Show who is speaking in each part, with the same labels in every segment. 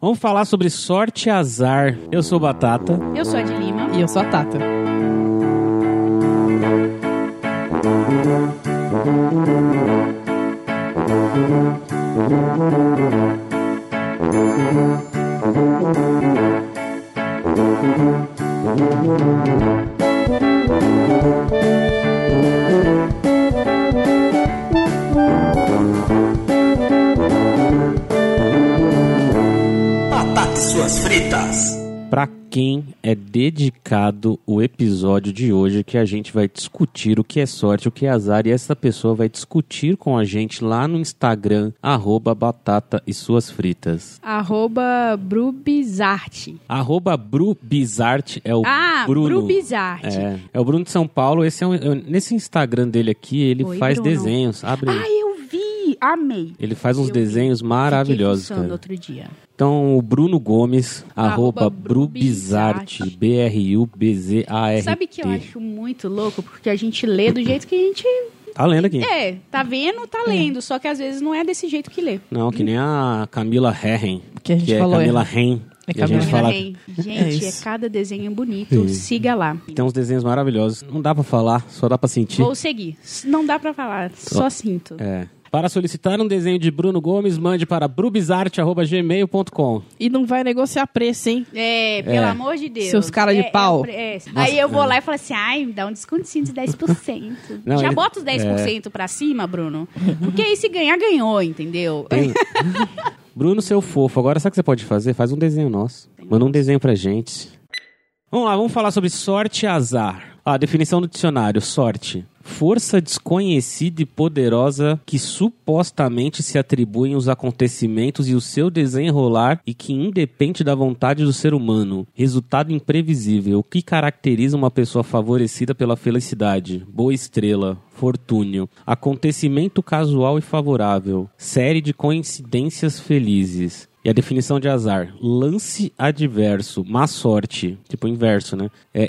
Speaker 1: Vamos falar sobre sorte e azar. Eu sou o Batata.
Speaker 2: Eu sou a de Lima.
Speaker 3: E eu sou a Tata.
Speaker 4: Batata e suas fritas.
Speaker 1: Pra quem é dedicado o episódio de hoje que a gente vai discutir o que é sorte, o que é azar e essa pessoa vai discutir com a gente lá no Instagram arroba batata e suas fritas.
Speaker 2: Arroba Brubizarte.
Speaker 1: Arroba Brubizarte é o
Speaker 2: ah,
Speaker 1: Bruno.
Speaker 2: Brubizarte.
Speaker 1: É, é o Bruno de São Paulo. Esse é um, eu- nesse Instagram dele aqui, ele
Speaker 2: Oi,
Speaker 1: faz
Speaker 2: Bruno.
Speaker 1: desenhos. Abre. aí.
Speaker 2: Ah, eu vi! Amei.
Speaker 1: ele faz uns
Speaker 2: eu vi.
Speaker 1: desenhos maravilhosos,
Speaker 2: Fiquei fuçando
Speaker 1: cara.
Speaker 2: outro dia.
Speaker 1: Então, o Bruno Gomes,
Speaker 2: Arroba
Speaker 1: arroba Brubizarte, B-R-U-B-Z-A-R-T.
Speaker 2: Sabe que eu acho muito louco? Porque a gente lê do jeito que a gente
Speaker 1: Tá lendo aqui.
Speaker 2: é. Tá vendo, tá lendo. Só que às vezes não é desse jeito que lê.
Speaker 1: Não, que nem a Camila Herren,
Speaker 3: Que a gente
Speaker 1: que é
Speaker 3: falou.
Speaker 1: Camila
Speaker 3: é.
Speaker 1: Ren.
Speaker 3: É
Speaker 1: E a gente
Speaker 3: Camila
Speaker 1: fala... É.
Speaker 2: Gente,
Speaker 3: É
Speaker 2: Gente, é,
Speaker 3: isso.
Speaker 2: cada desenho bonito. Siga lá.
Speaker 1: Tem uns desenhos maravilhosos. Não dá pra falar, só dá pra sentir.
Speaker 2: Vou seguir. Não dá pra falar, só sinto.
Speaker 1: É. Para solicitar um desenho de Bruno Gomes, mande para brubizarte.gmail.com.
Speaker 3: E não vai negociar preço, hein?
Speaker 2: É, pelo amor de Deus.
Speaker 3: Seus cara de
Speaker 2: É, é,
Speaker 3: pau.
Speaker 2: é.
Speaker 1: Nossa,
Speaker 2: Aí eu vou
Speaker 1: é.
Speaker 2: lá e falo assim, ai, me dá um descontinho de 10%.
Speaker 1: Não,
Speaker 2: Já
Speaker 1: ele-
Speaker 2: bota os 10% pra cima, Bruno. Porque aí se ganhar, ganhou, entendeu?
Speaker 1: Tem- Bruno, seu fofo, agora sabe o que você pode fazer? Faz um desenho nosso. Manda um desenho pra gente. Vamos lá, vamos falar sobre sorte e azar. A definição do dicionário: sorte. Força desconhecida e poderosa que supostamente se atribuem os acontecimentos e o seu desenrolar e que independe da vontade do ser humano. Resultado imprevisível, o que caracteriza uma pessoa favorecida pela felicidade, boa estrela, fortúnio, acontecimento casual e favorável, série de coincidências felizes. E a definição de azar: lance adverso, má sorte, tipo inverso, né? É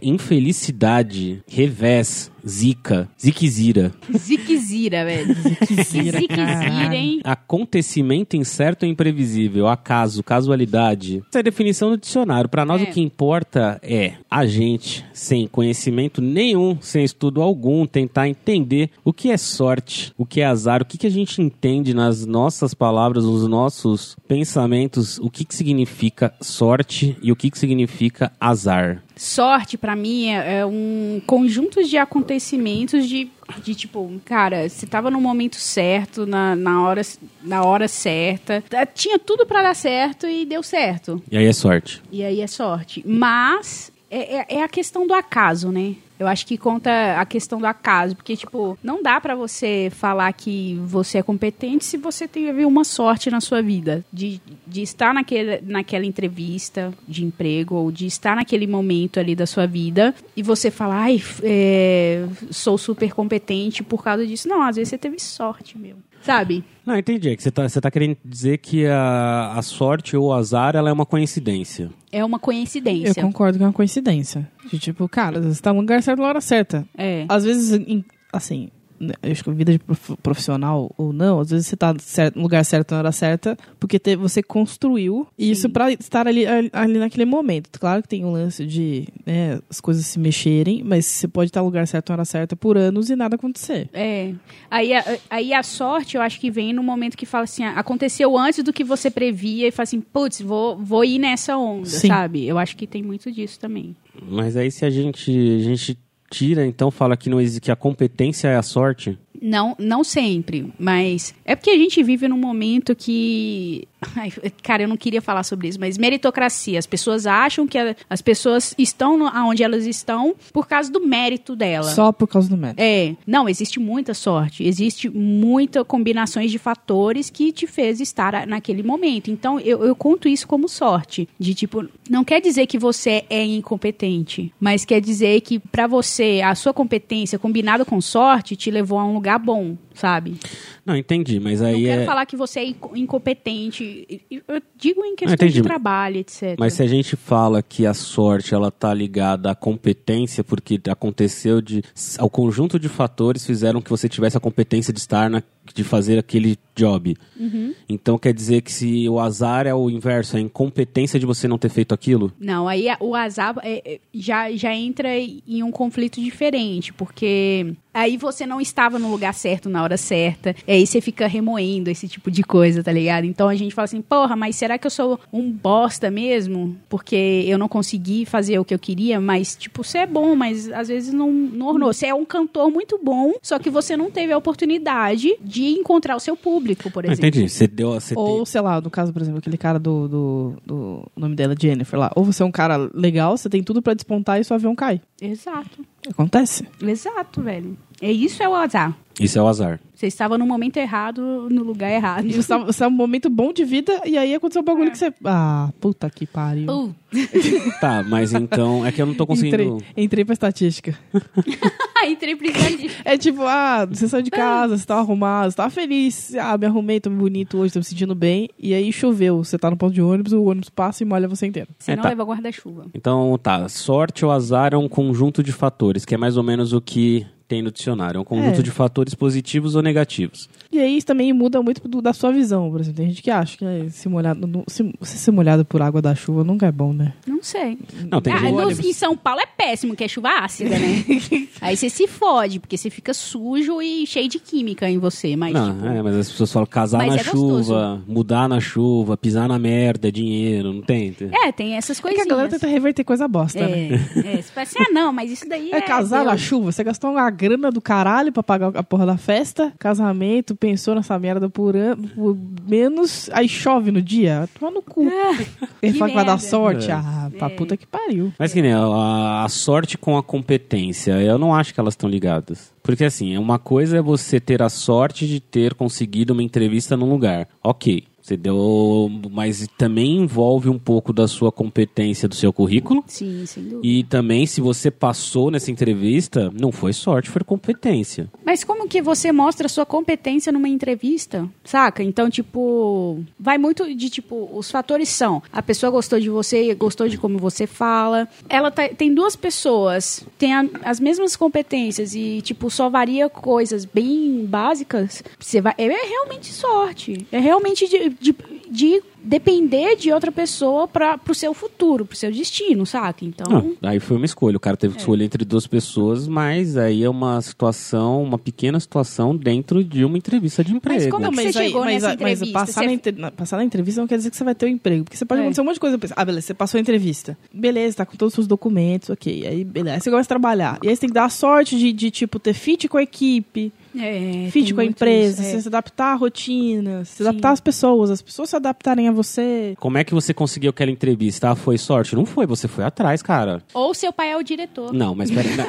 Speaker 1: infelicidade, revés, zica, ziquezira.
Speaker 2: Ziquezira, velho.
Speaker 3: Ziquezira,
Speaker 2: Ziquezira,
Speaker 3: caralho.
Speaker 2: hein?
Speaker 1: Acontecimento incerto e imprevisível, acaso, casualidade. Essa é a definição do dicionário. Pra nós
Speaker 2: É.
Speaker 1: o que importa é a gente, sem conhecimento nenhum, sem estudo algum, tentar entender o que é sorte, o que é azar, o que, que a gente entende nas nossas palavras, nos nossos pensamentos, o que, que significa sorte e o que, que significa azar.
Speaker 2: Sorte, pra mim, é, é um conjunto de acontecimentos de, de tipo, cara, você tava no momento certo, na, na, hora, na hora certa. Tá- Tinha tudo pra dar certo e deu certo.
Speaker 1: E aí é sorte.
Speaker 2: E aí é sorte. Mas é, é- é a questão do acaso, né? Eu acho que conta a questão do acaso, porque, tipo, não dá pra você falar que você é competente se você teve uma sorte na sua vida. De, de estar naquele, naquela entrevista de emprego, ou de estar naquele momento ali da sua vida, e você falar, ai, f- é, sou super competente por causa disso. Não, às vezes você teve sorte mesmo. Sabe?
Speaker 1: Não, entendi. É que você tá, você tá querendo dizer que a, a sorte ou o azar ela é uma coincidência.
Speaker 2: É uma
Speaker 3: Eu
Speaker 2: coincidência.
Speaker 3: concordo que é uma coincidência. De tipo, cara, você tá no lugar certo na hora certa.
Speaker 2: É.
Speaker 3: Às vezes, em- assim, né, eu acho que vida de prof- profissional ou não, às vezes você tá certo- no lugar certo na hora certa, porque te- você construiu isso pra estar ali, ali- ali naquele momento. Claro que tem um lance de né, as coisas se mexerem, mas você pode estar no lugar certo na hora certa por anos e nada acontecer.
Speaker 2: É. Aí a, aí a sorte, eu acho que vem no momento que fala assim, ah, aconteceu antes do que você previa e fala assim, putz, vou, vou ir nessa onda,
Speaker 3: Sim.
Speaker 2: sabe? Eu acho que tem muito disso também.
Speaker 1: Mas aí se a gente, a gente tira, então fala que não existe, que a competência é a sorte.
Speaker 2: Não, não sempre, mas é porque a gente vive num momento que. Ai, cara, eu não queria falar sobre isso, mas meritocracia. As pessoas acham que a- as pessoas estão no- aonde elas estão por causa do mérito dela.
Speaker 3: Só por causa do mérito.
Speaker 2: É, não, existe muita sorte, existe muita combinações de fatores que te fez estar a- naquele momento. Então, eu, eu conto isso como sorte, de tipo, não quer dizer que você é incompetente, mas quer dizer que pra você, a sua competência combinada com sorte te levou a um lugar bom, sabe?
Speaker 1: Não, entendi, mas aí
Speaker 2: não quero
Speaker 1: é.
Speaker 2: falar que você é inco- incompetente, eu- eu digo em
Speaker 1: Ah,
Speaker 2: questão
Speaker 1: entendi.
Speaker 2: de trabalho, etc.
Speaker 1: Mas se a gente fala que a sorte ela tá ligada à competência, porque aconteceu de. ao conjunto de fatores fizeram que você tivesse a competência de estar na, de fazer aquele job. Então quer dizer que se o azar é o inverso, é a incompetência de você não ter feito aquilo?
Speaker 2: Não, aí a- o azar é, é, já, já entra em um conflito diferente, porque aí você não estava no lugar certo na hora certa, e aí você fica remoendo esse tipo de coisa, tá ligado? Então a gente fala assim, porra, mas será que eu sou um bosta mesmo? Porque eu não consegui fazer o que eu queria, mas, tipo, você é bom, mas às vezes não, não ornou. Você é um cantor muito bom, só que você não teve a oportunidade de encontrar o seu público, por
Speaker 1: Não,
Speaker 2: exemplo.
Speaker 1: Ah, entendi. Você deu. Você
Speaker 3: Ou, sei lá, no caso, por exemplo, aquele cara do, do, do o nome dela, é Jennifer lá. Ou você é um cara legal, você tem tudo pra despontar e seu avião cai.
Speaker 2: Exato,
Speaker 3: Acontece.
Speaker 2: exato, velho. É isso é o azar.
Speaker 1: tem- Isso é o azar.
Speaker 2: Você estava no momento errado, no lugar errado.
Speaker 3: E você tá, você tá num momento bom de vida e aí aconteceu um bagulho que você. Ah, puta que pariu.
Speaker 2: Uh,
Speaker 1: Tá, mas então. É que eu não tô conseguindo.
Speaker 3: Entrei, entrei pra estatística.
Speaker 2: entrei precisando
Speaker 3: É tipo, ah, você saiu de casa, você tava arrumado, você tava feliz. Ah, me arrumei, tô bonito hoje, tô me sentindo bem. E aí choveu, você tá no ponto de ônibus, o ônibus passa e molha você inteiro.
Speaker 2: Você
Speaker 1: É,
Speaker 2: não
Speaker 1: tá.
Speaker 2: levou guarda-chuva.
Speaker 1: Então tá. Sorte ou azar é um conjunto de fatores, que é mais ou menos o que tem no dicionário. É um conjunto
Speaker 3: É.
Speaker 1: de fatores positivos ou negativos.
Speaker 3: E aí isso também muda muito do- da sua visão, por exemplo. Tem gente que acha que né, se molhado, no- se, se ser molhado por água da chuva nunca é bom, né?
Speaker 2: Não sei.
Speaker 1: Não, tem
Speaker 2: Ah,
Speaker 1: gente.
Speaker 2: nos- em São Paulo é péssimo, que é chuva ácida, né? Aí você se fode, porque você fica sujo e cheio de química em você. Mas,
Speaker 1: Não,
Speaker 2: tipo,
Speaker 1: é, mas as pessoas falam casar na
Speaker 2: Mas é gostoso.
Speaker 1: chuva, mudar na chuva, pisar na merda, é dinheiro, não tem?
Speaker 2: é. tem essas
Speaker 3: É que
Speaker 2: coisinhas.
Speaker 3: a galera tenta reverter coisa bosta, né?
Speaker 2: É, é. Você fala assim, ah, não, mas isso daí é...
Speaker 3: É casar na chuva, você gastou uma grana do caralho pra pagar a porra da festa, casamento, pensou nessa merda por, ano, por menos, aí chove no dia, toma no cu. Ele
Speaker 2: É. que
Speaker 3: fala que vai
Speaker 2: merda.
Speaker 3: dar
Speaker 2: É.
Speaker 3: sorte, ah, pra puta que pariu.
Speaker 1: Mas que nem a, a sorte com a competência, eu não acho que elas estão ligadas. Porque assim, uma coisa é você ter a sorte de ter conseguido uma entrevista num lugar. Ok. Você deu. Mas também envolve um pouco da sua competência, do seu currículo.
Speaker 2: Sim, sem dúvida.
Speaker 1: E também, se você passou nessa entrevista, não foi sorte, foi competência.
Speaker 2: Mas como que você mostra sua competência numa entrevista? Saca? Então, tipo, vai muito de tipo, os fatores são: a pessoa gostou de você, gostou de como você fala. Ela tá- tem duas pessoas, tem a- as mesmas competências e tipo só varia coisas bem básicas. Você vai é, é realmente sorte. É realmente de, de, de depender de outra pessoa para pro seu futuro, pro seu destino, saca? Então,
Speaker 1: Não, aí foi uma escolha. O cara teve que escolher entre duas pessoas, mas aí é uma situação, uma pequena situação dentro de uma entrevista de emprego.
Speaker 2: como é que você chegou nessa entrevista?
Speaker 3: passar,
Speaker 2: Você-
Speaker 3: na entre- na- passar na entrevista não quer dizer que você vai ter um emprego, porque você pode
Speaker 2: É.
Speaker 3: acontecer um monte de coisa. Ah, beleza, você passou a entrevista. Beleza, tá com todos os seus documentos, ok. Aí, beleza, aí você começa a trabalhar. E aí você tem que dar a sorte de, de tipo, ter fit com a equipe,
Speaker 2: é,
Speaker 3: fit
Speaker 2: tem
Speaker 3: com a
Speaker 2: muito
Speaker 3: empresa,
Speaker 2: isso, é.
Speaker 3: você se adaptar à rotina, se
Speaker 2: Sim.
Speaker 3: adaptar às pessoas, as pessoas se adaptarem a você.
Speaker 1: Como é que você conseguiu aquela entrevista? Ah, foi sorte? Não foi, você foi atrás, cara.
Speaker 2: Ou seu pai é o diretor.
Speaker 1: Não, mas peraí. não.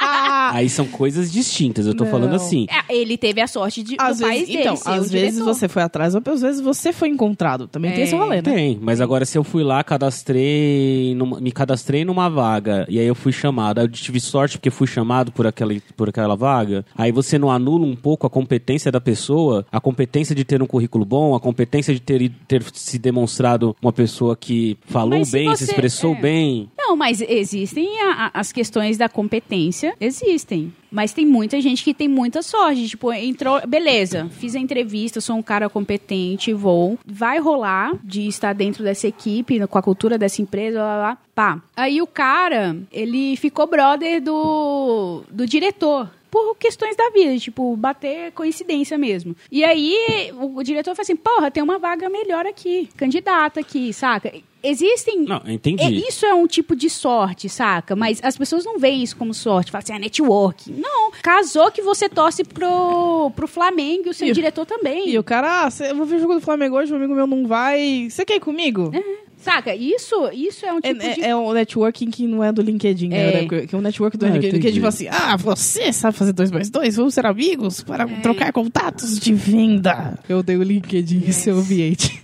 Speaker 3: Ah,
Speaker 1: aí são coisas distintas, eu tô
Speaker 3: Não.
Speaker 1: falando assim.
Speaker 2: É, ele teve a sorte de,
Speaker 3: Às
Speaker 2: do país
Speaker 3: vezes,
Speaker 2: dele
Speaker 3: então,
Speaker 2: ser o
Speaker 3: às vezes
Speaker 2: diretor.
Speaker 3: você foi atrás, ou às vezes você foi encontrado. Também tem
Speaker 2: É.
Speaker 3: esse rolê, né?
Speaker 1: Tem, mas agora se eu fui lá, cadastrei, numa- me cadastrei numa vaga e aí eu fui chamado, aí eu tive sorte porque fui chamado por aquela, por aquela vaga, aí você não anula um pouco a competência da pessoa, a competência de ter um currículo bom, a competência de ter, ido- ter se demonstrado uma pessoa que falou
Speaker 2: Mas se
Speaker 1: bem, se,
Speaker 2: você-
Speaker 1: expressou
Speaker 2: é.
Speaker 1: bem.
Speaker 2: Não, mas existem a- a- as questões da competência, existem. Mas tem muita gente que tem muita sorte. Tipo, entrou, beleza, fiz a entrevista, sou um cara competente, vou. Vai rolar de estar dentro dessa equipe, com a cultura dessa empresa, lá, lá, lá. Pá. Aí o cara, ele ficou brother do, do diretor. por questões da vida, tipo, bater coincidência mesmo. E aí, o, o diretor fala assim, porra, tem uma vaga melhor aqui, candidata aqui, saca? Existem...
Speaker 1: Não,
Speaker 2: É,
Speaker 1: entendi.
Speaker 2: isso é um tipo de sorte, saca? Mas as pessoas não veem isso como sorte. Falam assim, ah, network. Não, casou que você torce pro, pro Flamengo e o seu
Speaker 3: E o-
Speaker 2: diretor também.
Speaker 3: E o cara, ah, cê- eu vou ver o jogo do Flamengo hoje, um amigo meu não vai. Você quer ir comigo?
Speaker 2: Saca? Isso, isso é um
Speaker 3: É,
Speaker 2: tipo de...
Speaker 3: é, é um networking que não é do LinkedIn,
Speaker 2: É.
Speaker 3: né? Que é um network do
Speaker 1: Ah,
Speaker 3: LinkedIn que é
Speaker 1: entendi.
Speaker 3: tipo assim, ah, você sabe fazer dois mais dois? Vamos ser amigos para
Speaker 2: É.
Speaker 3: trocar contatos de venda. Eu odeio o LinkedIn e seu ambiente.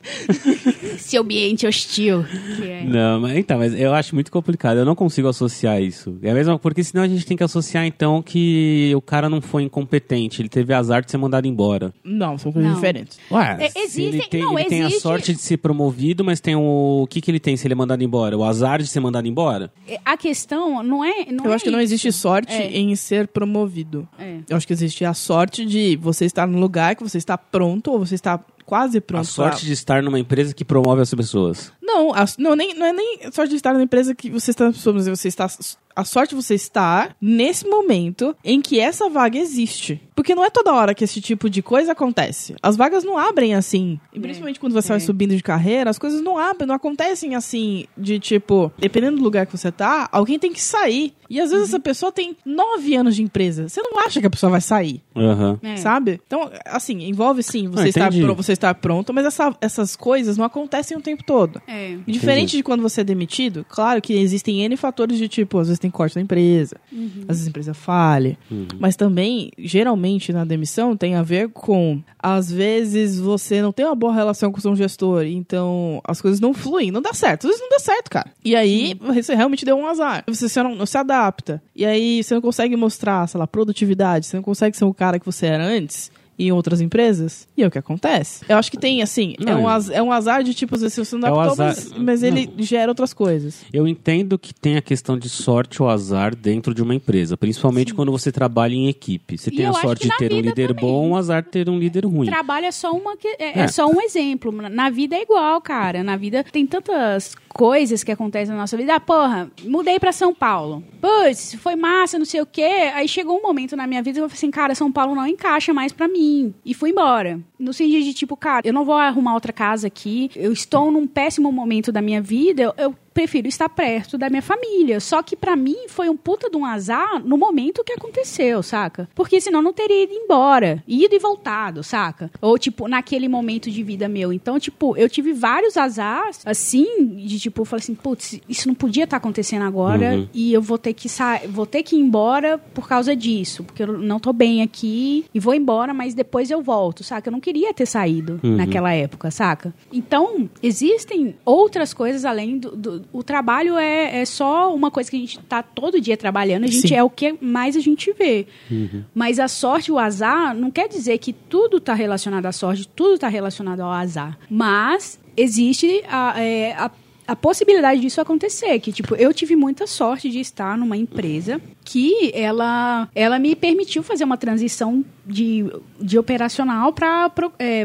Speaker 2: Esse ambiente hostil. que é.
Speaker 1: Não, mas então, mas eu acho muito complicado. Eu não consigo associar isso. É mesmo porque senão a gente tem que associar então que o cara não foi incompetente, ele teve azar de ser mandado embora.
Speaker 3: Não, são coisas
Speaker 2: Não.
Speaker 3: diferentes.
Speaker 1: Ué,
Speaker 2: É,
Speaker 1: se
Speaker 2: existem-
Speaker 1: ele, tem,
Speaker 2: não,
Speaker 1: ele tem a
Speaker 2: existe-
Speaker 1: sorte de ser promovido, mas tem o que, que ele tem se ele é mandado embora? O azar de ser mandado embora?
Speaker 2: A questão não é. Não
Speaker 3: eu
Speaker 2: é
Speaker 3: acho que não
Speaker 2: isso.
Speaker 3: existe sorte
Speaker 2: É.
Speaker 3: em ser promovido.
Speaker 2: É.
Speaker 3: Eu acho que existe a sorte de você estar no lugar que você está pronto ou você está quase pronto.
Speaker 1: a sorte de estar numa empresa que promove as pessoas.
Speaker 3: pra- Não, a- não, nem, não é nem a sorte de estar na empresa que você está. sobre Você está a sorte de você estar nesse momento em que essa vaga existe. Porque não é toda hora que esse tipo de coisa acontece. As vagas não abrem assim. E principalmente quando você vai subindo de carreira, as coisas não abrem, não acontecem assim. De tipo, dependendo do lugar que você tá, alguém tem que sair. E às vezes essa pessoa tem nove anos de empresa. Você não acha que a pessoa vai sair?
Speaker 1: Aham.
Speaker 2: É.
Speaker 3: Sabe? Então, assim, envolve sim você,
Speaker 1: Ah,
Speaker 3: estar,
Speaker 1: entendi.
Speaker 3: pro- você estar pronto, mas essa- essas coisas não acontecem o tempo todo.
Speaker 2: É.
Speaker 3: E Diferente de quando você é demitido, claro que existem N fatores de tipo, às vezes tem corte na empresa, às vezes a empresa falha, mas também, geralmente na demissão tem a ver com, às vezes você não tem uma boa relação com o seu gestor, então as coisas não fluem, não dá certo, às vezes não dá certo, cara. E aí você realmente deu um azar, você, você não, não se adapta, e aí você não consegue mostrar, sei lá, produtividade, você não consegue ser o cara que você era antes. Em outras empresas. E é o que acontece. Eu acho que tem, assim, é
Speaker 1: Não,
Speaker 3: um,
Speaker 1: eu-
Speaker 3: az- é um azar de tipo, às vezes você não
Speaker 1: É o
Speaker 3: adaptou,
Speaker 1: azar-
Speaker 3: mas, mas ele gera outras coisas.
Speaker 1: Eu entendo que tem a questão de sorte ou azar dentro de uma empresa, principalmente quando você trabalha em equipe. Você
Speaker 2: E
Speaker 1: tem a
Speaker 2: eu acho
Speaker 1: sorte
Speaker 2: que
Speaker 1: de
Speaker 2: na
Speaker 1: ter um
Speaker 2: vida
Speaker 1: líder
Speaker 2: também.
Speaker 1: bom, o azar de ter um líder ruim.
Speaker 2: Trabalho é só, uma, que- é,
Speaker 1: É.
Speaker 2: é só um exemplo. Na- Na vida é igual, cara. Na vida tem tantas coisas que acontecem na nossa vida. Ah, porra, mudei pra São Paulo. Putz, foi massa, não sei o quê. Aí chegou um momento na minha vida que eu falei assim, cara, São Paulo não encaixa mais pra mim. E fui embora. No sentido de tipo, cara, eu não vou arrumar outra casa aqui. Eu estou num péssimo momento da minha vida. Eu, eu prefiro estar perto da minha família. Só que pra mim foi um puta de um azar no momento que aconteceu, saca? Porque senão eu não teria ido embora, ido e voltado, saca? Ou tipo, naquele momento de vida meu. Então, tipo, eu tive vários azares assim, de tipo, eu falei assim, putz, isso não podia estar acontecendo agora
Speaker 1: Uhum.
Speaker 2: e eu vou ter que sair, vou ter que ir embora por causa disso, porque eu não tô bem aqui e vou embora, mas depois eu volto, saca? Eu não queria ter saído
Speaker 1: Uhum.
Speaker 2: naquela naquela época, saca? Então, existem outras coisas além do. do- o trabalho é, é só uma coisa que a gente tá todo dia trabalhando, a gente
Speaker 3: Sim.
Speaker 2: é o que mais a gente vê.
Speaker 1: Uhum.
Speaker 2: Mas a sorte, o azar, não quer dizer que tudo tá relacionado à sorte, tudo tá relacionado ao azar. Mas existe a. é, a a possibilidade disso acontecer, que tipo, eu tive muita sorte de estar numa empresa que ela ela me permitiu fazer uma transição de, de operacional para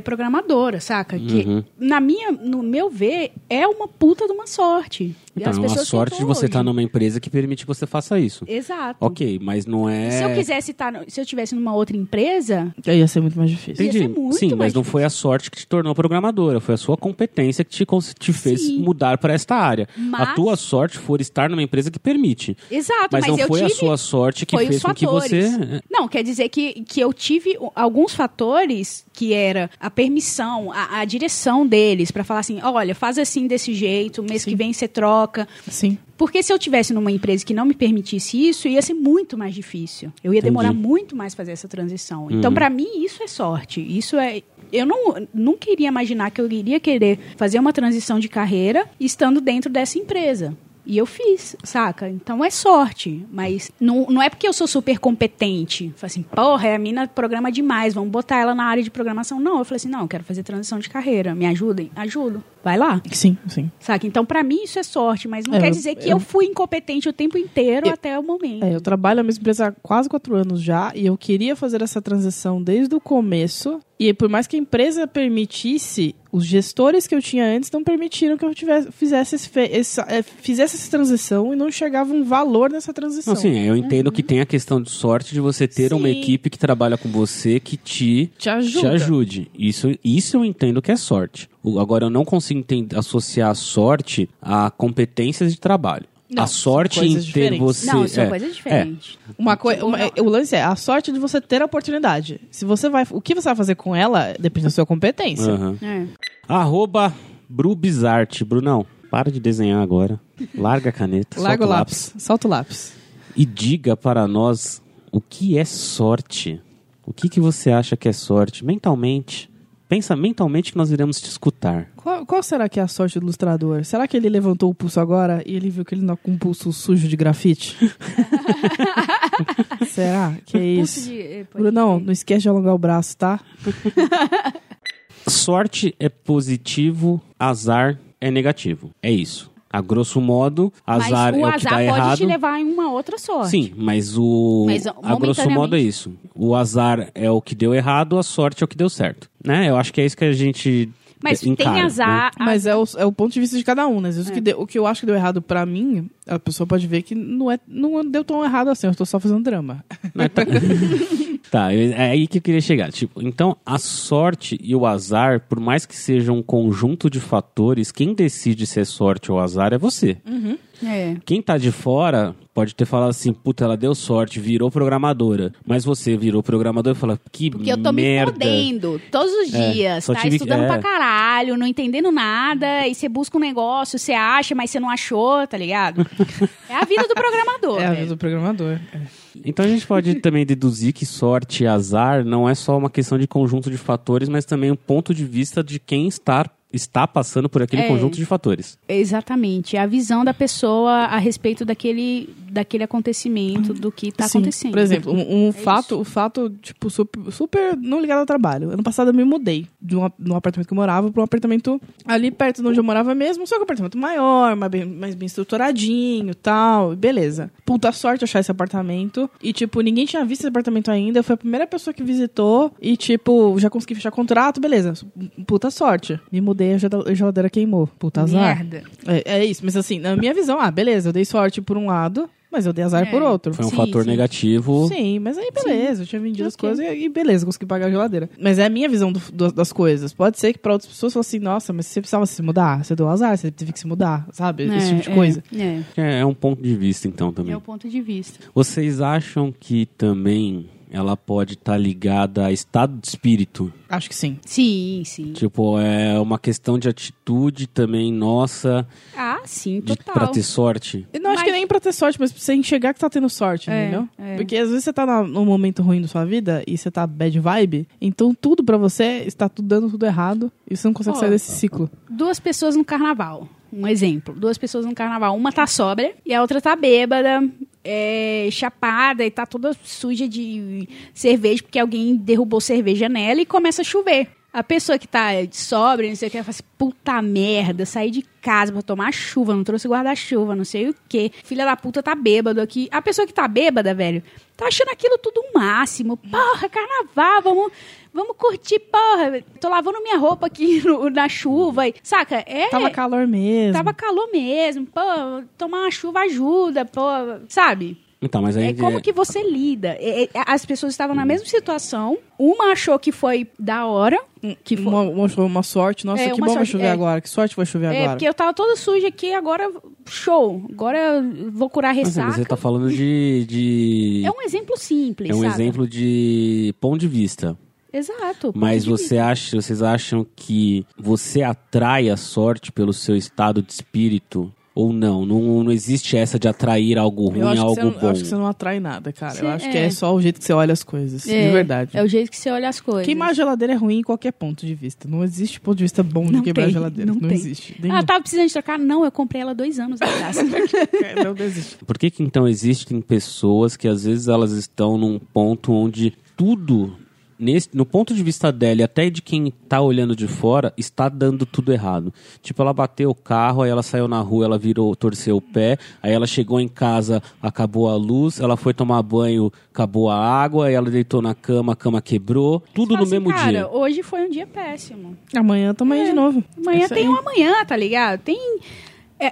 Speaker 2: programadora, saca? Que
Speaker 1: Uhum.
Speaker 2: na minha, no meu ver, é uma puta de uma sorte. E
Speaker 1: Então, é uma
Speaker 2: pessoas
Speaker 1: sorte de
Speaker 2: tentam
Speaker 1: você
Speaker 2: hoje.
Speaker 1: estar numa empresa que permite que você faça isso.
Speaker 2: Exato.
Speaker 1: Ok, mas não é.
Speaker 2: Se eu quisesse estar, no- se eu tivesse numa outra empresa,
Speaker 3: Aí ia ser muito mais difícil.
Speaker 2: Ia ser
Speaker 1: Entendi.
Speaker 2: muito
Speaker 1: Sim, mas
Speaker 2: mais
Speaker 1: não foi a sorte que te tornou programadora, foi a sua competência que te, cons- te fez
Speaker 2: Sim.
Speaker 1: mudar para esta área. A
Speaker 2: Mas-
Speaker 1: tua sorte for estar numa empresa que permite.
Speaker 2: exato,
Speaker 1: Mas,
Speaker 2: mas,
Speaker 1: não
Speaker 2: eu
Speaker 1: foi
Speaker 2: tive
Speaker 1: a sua sorte que
Speaker 2: foi
Speaker 1: fez
Speaker 2: os
Speaker 1: com que você.
Speaker 2: fatores. Não, quer dizer que, que eu tive o- alguns fatores que era a permissão, a, a direção deles pra falar assim, olha, faz assim desse jeito, mês que vem você troca.
Speaker 3: Sim.
Speaker 2: Porque se eu tivesse numa empresa que não me permitisse isso, ia ser muito mais difícil. Eu ia
Speaker 1: Entendi.
Speaker 2: demorar muito mais fazer essa transição. Então,
Speaker 1: Uhum.
Speaker 2: pra mim, isso é sorte. Isso é eu não, não queria imaginar que eu iria querer fazer uma transição de carreira estando dentro dessa empresa. E eu fiz, saca? Então é sorte. Mas não, não é porque eu sou super competente. Falei assim, porra, é a mina programa demais, vamos botar ela na área de programação. Não, eu falei assim, não, eu quero fazer transição de carreira. Me ajudem? Ajudo. Vai lá.
Speaker 3: Sim, sim.
Speaker 2: Saca? Então, pra mim, isso é sorte, mas não
Speaker 3: É,
Speaker 2: quer
Speaker 3: eu-
Speaker 2: dizer que
Speaker 3: eu-
Speaker 2: eu, fui incompetente o tempo inteiro
Speaker 3: Eu-
Speaker 2: até o momento.
Speaker 3: É, eu trabalho na mesma empresa há quase quatro anos já e eu queria fazer essa transição desde o começo. E por mais que a empresa permitisse, os gestores que eu tinha antes não permitiram que eu tivesse, fizesse, esse fe- essa, é, fizesse essa transição e não chegava um valor nessa transição.
Speaker 1: Não, sim, eu entendo que tem a questão de sorte de você ter uma
Speaker 3: Sim.
Speaker 1: equipe que trabalha com você que te
Speaker 3: Te ajuda.
Speaker 1: te ajude. Isso, isso eu entendo que é sorte. O- agora, eu não consigo enten- associar a sorte a competências de trabalho.
Speaker 3: Não,
Speaker 1: a sorte
Speaker 3: são
Speaker 1: em ter
Speaker 3: coisas diferentes.
Speaker 1: você.
Speaker 2: Não, são
Speaker 1: é,
Speaker 2: coisas diferentes.
Speaker 3: Uma coisa, o lance é a sorte de você ter a oportunidade. Se você vai, o que você vai fazer com ela depende da sua
Speaker 1: é.
Speaker 3: competência.
Speaker 1: Aham.
Speaker 2: É.
Speaker 1: Arroba Brubizarte. Brunão, para de desenhar agora. Larga a caneta.
Speaker 3: Larga
Speaker 1: solta
Speaker 3: o lápis. Solta o lápis.
Speaker 1: E diga para nós o que é sorte. O que, que você acha que é sorte? Mentalmente. Pensa mentalmente que nós iremos te escutar.
Speaker 3: Qual, qual será que é a sorte do ilustrador? Será que ele levantou o pulso agora e ele viu que ele tá com um pulso sujo de grafite? será que é
Speaker 2: Pulso
Speaker 3: isso?
Speaker 2: de- é, pode
Speaker 3: Brunão,
Speaker 2: ser.
Speaker 3: não esquece de alongar o braço, tá?
Speaker 1: Sorte é positivo, azar é negativo. É isso. A grosso modo, azar
Speaker 2: Mas o
Speaker 1: é o que
Speaker 2: azar
Speaker 1: tá
Speaker 2: pode
Speaker 1: errado.
Speaker 2: te levar em uma outra sorte.
Speaker 1: Sim, mas o.
Speaker 2: Mas,
Speaker 1: a grosso modo é isso. O azar é o que deu errado, a sorte é o que deu certo. Né? Eu acho que é isso que a gente.
Speaker 2: Mas
Speaker 1: eh, encara,
Speaker 2: tem azar.
Speaker 3: Mas é o, é o ponto de vista de cada um, né? Às vezes
Speaker 2: É.
Speaker 3: o, que deu- o que eu acho que deu errado pra mim, a pessoa pode ver que não, é, não deu tão errado assim, eu tô só fazendo drama.
Speaker 1: Né? Tá- tá, eu- é aí que eu queria chegar. Tipo, então, a sorte e o azar, por mais que seja um conjunto de fatores, quem decide se é sorte ou azar é você.
Speaker 2: É.
Speaker 1: Quem tá de fora pode ter falado assim, puta, ela deu sorte, virou programadora. Mas você virou programador e fala, que
Speaker 2: Porque eu tô
Speaker 1: merda.
Speaker 2: me fodendo todos os
Speaker 1: É,
Speaker 2: dias,
Speaker 1: só
Speaker 2: tá?
Speaker 1: tive que-
Speaker 2: Estudando
Speaker 1: é.
Speaker 2: pra caralho, não entendendo nada, e você busca um negócio, você acha, mas você não achou, tá ligado? é a vida do programador.
Speaker 3: É a
Speaker 2: velho.
Speaker 3: vida do programador. É.
Speaker 1: Então a gente pode também deduzir que sorte e azar não é só uma questão de conjunto de fatores, mas também um ponto de vista de quem está, está passando por aquele
Speaker 2: É.
Speaker 1: conjunto de fatores.
Speaker 2: Exatamente. É a visão da pessoa a respeito daquele, daquele acontecimento, do que tá
Speaker 3: Sim,
Speaker 2: acontecendo. É
Speaker 3: Por exemplo, um, um fato, o fato, tipo, super, super não ligado ao trabalho. Ano passado eu me mudei de um, ap- de um apartamento que eu morava pra um apartamento ali perto de onde eu morava mesmo, só que um apartamento maior, mais bem, mais bem estruturadinho e tal. Beleza. Puta sorte achar esse apartamento. E, tipo, ninguém tinha visto esse apartamento ainda. Eu fui a primeira pessoa que visitou e, tipo, já consegui fechar contrato, beleza. Puta sorte. Me mudei, a gel- a geladeira queimou. Puta azar.
Speaker 2: Merda.
Speaker 3: É, é isso, mas assim, na minha visão, ah, beleza, eu dei sorte por um lado, mas eu dei azar
Speaker 2: É.
Speaker 3: por outro.
Speaker 1: Foi um
Speaker 2: Sim,
Speaker 1: fator
Speaker 2: sim.
Speaker 1: negativo.
Speaker 3: Sim, mas aí beleza, eu tinha vendido as
Speaker 2: Ok.
Speaker 3: coisas e e beleza, consegui pagar a geladeira. Mas é a minha visão do- do- das coisas. Pode ser que pra outras pessoas fosse assim, nossa, mas você precisava se mudar, você deu azar, você teve que se mudar, sabe? Esse tipo de coisa.
Speaker 2: É,
Speaker 1: É, é um ponto de vista, então,
Speaker 2: é,
Speaker 1: também.
Speaker 2: o ponto de vista.
Speaker 1: Vocês acham que também ela pode estar ligada a estado de espírito?
Speaker 3: Acho que sim.
Speaker 2: Sim, sim.
Speaker 1: Tipo, é uma questão de atitude também nossa
Speaker 2: Ah, sim,
Speaker 1: de, pra
Speaker 2: total.
Speaker 1: ter sorte?
Speaker 3: E não acho
Speaker 2: Mas-
Speaker 3: que nem pra ter sorte, mas pra você enxergar que tá tendo sorte,
Speaker 2: É,
Speaker 3: entendeu?
Speaker 2: é.
Speaker 3: Porque às vezes você tá na- num momento ruim da sua vida e você tá bad vibe, então tudo pra você está tudo dando tudo errado e você não consegue
Speaker 2: Ó,
Speaker 3: sair desse ciclo.
Speaker 2: Duas pessoas no carnaval. Um exemplo. Duas pessoas no carnaval. Uma tá sóbria e a outra tá bêbada, é, chapada e tá toda suja de cerveja porque alguém derrubou cerveja nela e começa a chover. A pessoa que tá sóbria, não sei o que, ela fala assim, puta merda, saí de casa pra tomar chuva, não trouxe guarda-chuva, não sei o que. Filha da puta tá bêbado aqui. A pessoa que tá bêbada, velho, tá achando aquilo tudo o máximo. Porra, carnaval, vamos, vamos curtir, porra. Tô lavando minha roupa aqui no- na chuva. e- Saca? É,
Speaker 3: Tava calor mesmo.
Speaker 2: tava calor mesmo. Pô, tomar uma chuva ajuda, pô. Sabe?
Speaker 1: Então, mas aí
Speaker 2: É como que você lida. É, é, As pessoas estavam na mesma situação. Uma achou que foi da hora. Que foi,
Speaker 3: uma, uma, cho- uma sorte. Nossa,
Speaker 2: É,
Speaker 3: que
Speaker 2: uma
Speaker 3: bom vai
Speaker 2: sorte,
Speaker 3: chover
Speaker 2: é.
Speaker 3: agora. Que sorte vai chover
Speaker 2: é,
Speaker 3: agora.
Speaker 2: porque eu tava toda suja aqui, agora show. Agora eu vou curar
Speaker 1: Mas,
Speaker 2: ressaca.
Speaker 1: mas você tá falando de. de...
Speaker 2: É um exemplo simples,
Speaker 1: É um
Speaker 2: sabe?
Speaker 1: exemplo de ponto de vista.
Speaker 2: Exato. ponto
Speaker 1: Mas
Speaker 2: de
Speaker 1: você acha, vocês acham que você atrai a sorte pelo seu estado de espírito? Ou não? Não, não existe essa de atrair algo ruim,
Speaker 3: Eu acho, que
Speaker 1: algo
Speaker 3: você, não-
Speaker 1: bom.
Speaker 3: eu acho que você não atrai nada, cara.
Speaker 2: Você-
Speaker 3: eu acho que
Speaker 2: é.
Speaker 3: é só o jeito que você olha as coisas.
Speaker 2: vista.
Speaker 3: de verdade.
Speaker 2: É o jeito que você olha as coisas.
Speaker 3: Queimar a geladeira é ruim em qualquer ponto de vista. Não existe ponto de vista bom de
Speaker 2: Não
Speaker 3: quebrar
Speaker 2: tem,
Speaker 3: a geladeira.
Speaker 2: não
Speaker 3: Não,
Speaker 2: tem.
Speaker 3: existe.
Speaker 2: Ah, eu tava precisando de trocar? Não, eu comprei ela dois anos atrás.
Speaker 1: Tá
Speaker 2: tá.
Speaker 3: Nenhum. não existe.
Speaker 1: Por que, que então existem pessoas que às vezes elas estão num ponto onde tudo, nesse, no ponto de vista dela e até de quem tá olhando de fora, está dando tudo errado? Tipo, ela bateu o carro, aí ela saiu na rua, ela virou, torceu o pé, aí ela chegou em casa, acabou a luz, ela foi tomar banho, acabou a água, aí ela deitou na cama, a cama quebrou, tudo
Speaker 2: Fala
Speaker 1: no
Speaker 2: assim,
Speaker 1: mesmo
Speaker 2: cara,
Speaker 1: dia.
Speaker 2: hoje foi um dia péssimo.
Speaker 3: Amanhã tamo aí de novo. É
Speaker 2: Amanhã
Speaker 3: isso
Speaker 2: tem
Speaker 3: aí.
Speaker 2: um amanhã, tá ligado? Tem.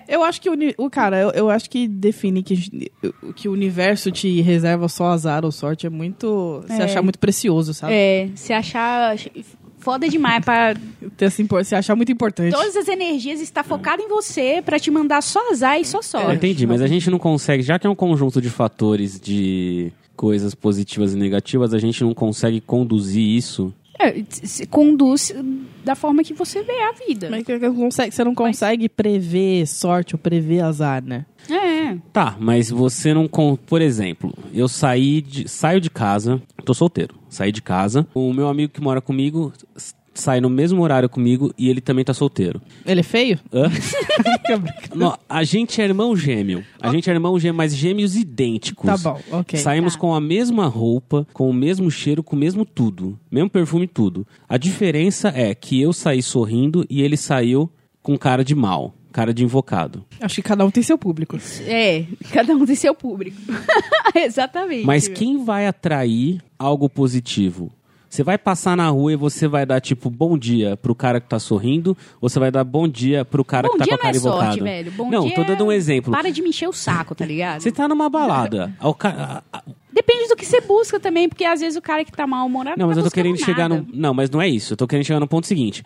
Speaker 3: Eu acho que o, uni- o cara, eu, eu acho que define que, que o universo te reserva só azar ou sorte é muito. Se
Speaker 2: É.
Speaker 3: achar muito precioso,
Speaker 1: Tá.
Speaker 3: sabe?
Speaker 2: É, se achar foda demais pra.
Speaker 3: Ter esse impor- se achar muito importante.
Speaker 2: Todas as energias está focada em você pra te mandar só azar e só
Speaker 1: Eu
Speaker 2: sorte.
Speaker 1: Entendi, mas a gente não consegue, já que é um conjunto de fatores de coisas positivas e negativas, a gente não consegue conduzir isso
Speaker 2: É, se conduz da forma que você vê a vida.
Speaker 3: Mas é que- que consegue- você não consegue prever sorte ou prever azar, né?
Speaker 2: É.
Speaker 1: Tá, mas você não. con- Por exemplo, eu saí de... saio de casa, tô solteiro, saí de casa. O meu amigo que mora comigo s- sai no mesmo horário comigo e ele também tá solteiro.
Speaker 3: Ele é feio?
Speaker 1: Hã? Não, a gente é irmão gêmeo. A gente é irmão gêmeo, mas gêmeos idênticos.
Speaker 3: Tá bom, ok.
Speaker 1: Saímos
Speaker 2: Tá.
Speaker 1: com a mesma roupa, com o mesmo cheiro, com o mesmo tudo. Mesmo perfume e tudo. A diferença é que eu saí sorrindo e ele saiu com cara de mal, cara de invocado.
Speaker 3: Acho que cada um tem seu público.
Speaker 2: É, cada um tem seu público. Exatamente.
Speaker 1: Mas quem vai atrair algo positivo? Você vai passar na rua e você vai dar tipo bom dia pro cara que tá sorrindo, ou você vai dar bom dia pro cara
Speaker 2: Bom
Speaker 1: que tá
Speaker 2: dia
Speaker 1: com a
Speaker 2: não é
Speaker 1: cara invocada?
Speaker 2: sorte, velho. Bom
Speaker 1: não,
Speaker 2: dia
Speaker 1: tô dando um
Speaker 2: é-
Speaker 1: exemplo.
Speaker 2: Para de me encher o saco, tá ligado?
Speaker 1: Você tá numa balada. ao ca- a- a-
Speaker 2: Depende do que você busca também, porque às vezes o cara que tá mal-humorado
Speaker 1: Não, mas
Speaker 2: tá
Speaker 1: eu tô
Speaker 2: buscando
Speaker 1: querendo chegar
Speaker 2: nada.
Speaker 1: no. Não, mas não é isso. Eu tô querendo chegar no ponto seguinte.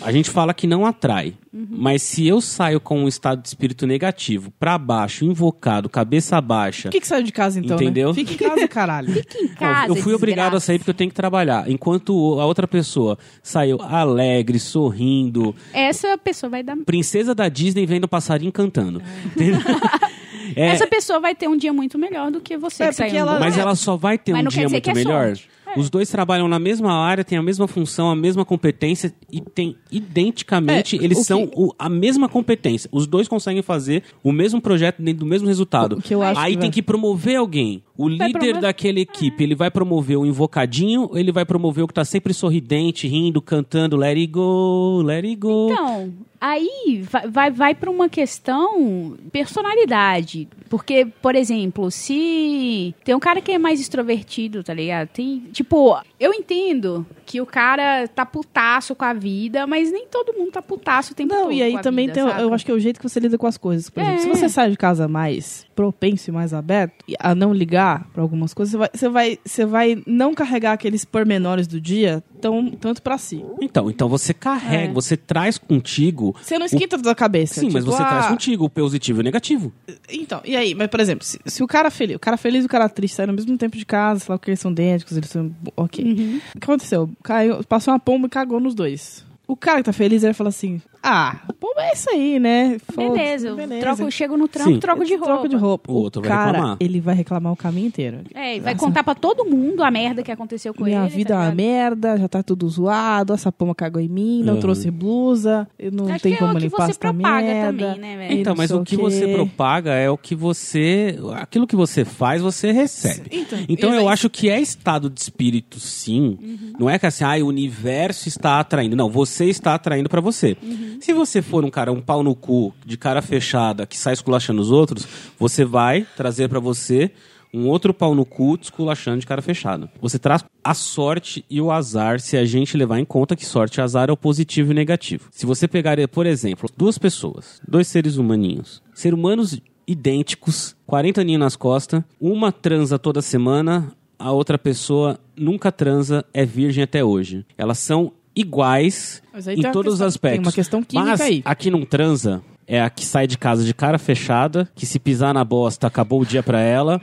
Speaker 1: A gente fala que não atrai.
Speaker 2: Uhum.
Speaker 1: Mas se eu saio com um estado de espírito negativo, pra baixo, invocado, cabeça baixa.
Speaker 3: Por que, que saiu de casa então?
Speaker 1: Entendeu?
Speaker 3: Né? Fica em casa, caralho.
Speaker 2: Fica em
Speaker 1: Não,
Speaker 2: casa,
Speaker 1: eu fui obrigado a
Speaker 2: desgraça.
Speaker 1: sair porque eu tenho que trabalhar. Enquanto a outra pessoa saiu alegre, sorrindo,
Speaker 2: Essa pessoa vai dar.
Speaker 1: princesa da Disney vendo passarinho cantando. Entendeu? É,
Speaker 2: Essa pessoa vai ter um dia muito melhor do que você
Speaker 3: É,
Speaker 2: que tá saiu
Speaker 3: porque ela-
Speaker 2: andando.
Speaker 1: mas ela só vai ter
Speaker 2: Mas
Speaker 1: um
Speaker 2: não quer
Speaker 1: dia
Speaker 2: dizer que
Speaker 1: muito
Speaker 2: é
Speaker 1: melhor.
Speaker 2: sorte.
Speaker 1: Os dois trabalham na mesma área, têm a mesma função, a mesma competência e têm identicamente,
Speaker 3: É,
Speaker 1: eles
Speaker 3: o que-
Speaker 1: são o- a mesma competência. Os dois conseguem fazer o mesmo projeto dentro do mesmo resultado.
Speaker 3: O que eu acho
Speaker 1: Aí
Speaker 3: que
Speaker 1: tem
Speaker 3: vai-
Speaker 1: que promover alguém. O
Speaker 2: Vai
Speaker 1: líder
Speaker 2: promover-
Speaker 1: daquela equipe, ele vai promover o invocadinho, ele vai promover o que tá sempre sorridente, rindo, cantando let it go, let it go.
Speaker 2: Então, aí vai, vai, vai para uma questão personalidade. Porque, por exemplo, se tem um cara que é mais extrovertido, tá ligado? Tem, tipo, eu entendo que o cara tá putaço com a vida, mas nem todo mundo tá putaço o tempo
Speaker 3: Não,
Speaker 2: todo.
Speaker 3: e aí
Speaker 2: com a
Speaker 3: também
Speaker 2: vida,
Speaker 3: tem,
Speaker 2: saca?
Speaker 3: eu acho que é o jeito que você lida com as coisas. Por exemplo, se
Speaker 2: É.
Speaker 3: você sai de casa mais propenso e mais aberto e a não ligar pra algumas coisas, você vai, você vai, você vai não carregar aqueles pormenores do dia tão, tanto pra si.
Speaker 1: Então, então você carrega,
Speaker 3: É.
Speaker 1: você traz contigo.
Speaker 3: Você não esquenta da cabeça.
Speaker 1: Sim, mas
Speaker 3: tipo,
Speaker 1: você
Speaker 3: ah,
Speaker 1: traz contigo o positivo e o negativo.
Speaker 3: Então, e aí? Mas, por exemplo, se, se o cara feliz, o cara feliz e o cara triste saem no mesmo tempo de casa, sei lá, porque eles são idênticos, eles são. Ok.
Speaker 2: Uhum.
Speaker 3: O que Uhum, aconteceu? Caiu, passou uma pomba e cagou nos dois. O cara que tá feliz, ele fala assim: Ah, pomba é isso aí, né? Foda-se,
Speaker 2: Beleza, eu
Speaker 3: beleza.
Speaker 2: troco, eu chego no trampo,
Speaker 1: Sim.
Speaker 2: troco de roupa.
Speaker 3: Troca de roupa.
Speaker 1: O outro vai
Speaker 3: cara,
Speaker 1: reclamar.
Speaker 3: ele vai reclamar o caminho inteiro.
Speaker 2: É, e vai contar pra todo mundo a merda que aconteceu com
Speaker 3: Minha
Speaker 2: ele.
Speaker 3: vida é
Speaker 2: tá
Speaker 3: uma
Speaker 2: ligado?
Speaker 3: merda, já tá tudo zoado, essa pomba cagou em mim, não
Speaker 1: Uhum.
Speaker 3: trouxe blusa, eu não
Speaker 2: Acho
Speaker 3: tem
Speaker 2: que é
Speaker 3: como
Speaker 2: o que
Speaker 3: limpar
Speaker 2: você
Speaker 3: essa
Speaker 2: propaga
Speaker 3: merda.
Speaker 2: também, né, velho?
Speaker 3: e
Speaker 1: Então,
Speaker 3: não
Speaker 1: mas
Speaker 3: sei
Speaker 1: o que
Speaker 3: quê.
Speaker 1: você propaga é o que você. Aquilo que você faz, você recebe.
Speaker 3: Então,
Speaker 1: Então eu
Speaker 3: exato. Uhum.
Speaker 1: acho que é estado de espírito, sim. Não é que assim, ah, o universo está atraindo. Não, você está atraindo pra você.
Speaker 3: Uhum.
Speaker 1: Se você for um cara, um pau no cu, de cara fechada, que sai esculachando os outros, você vai trazer pra você um outro pau no cu te esculachando de cara fechada. Você traz a sorte e o azar se a gente levar em conta que sorte e azar é o positivo e o negativo. Se você pegar, por exemplo, duas pessoas, dois seres humaninhos, ser humanos idênticos, 40 aninhos nas costas, uma transa toda semana, a outra pessoa nunca transa, é virgem até hoje. Elas são iguais
Speaker 3: Mas aí
Speaker 1: em
Speaker 3: tem uma
Speaker 1: todos os
Speaker 3: questão-
Speaker 1: aspectos.
Speaker 3: tem uma questão química
Speaker 1: Mas
Speaker 3: aí.
Speaker 1: a que não transa é a que sai de casa de cara fechada, que se pisar na bosta acabou o dia pra ela.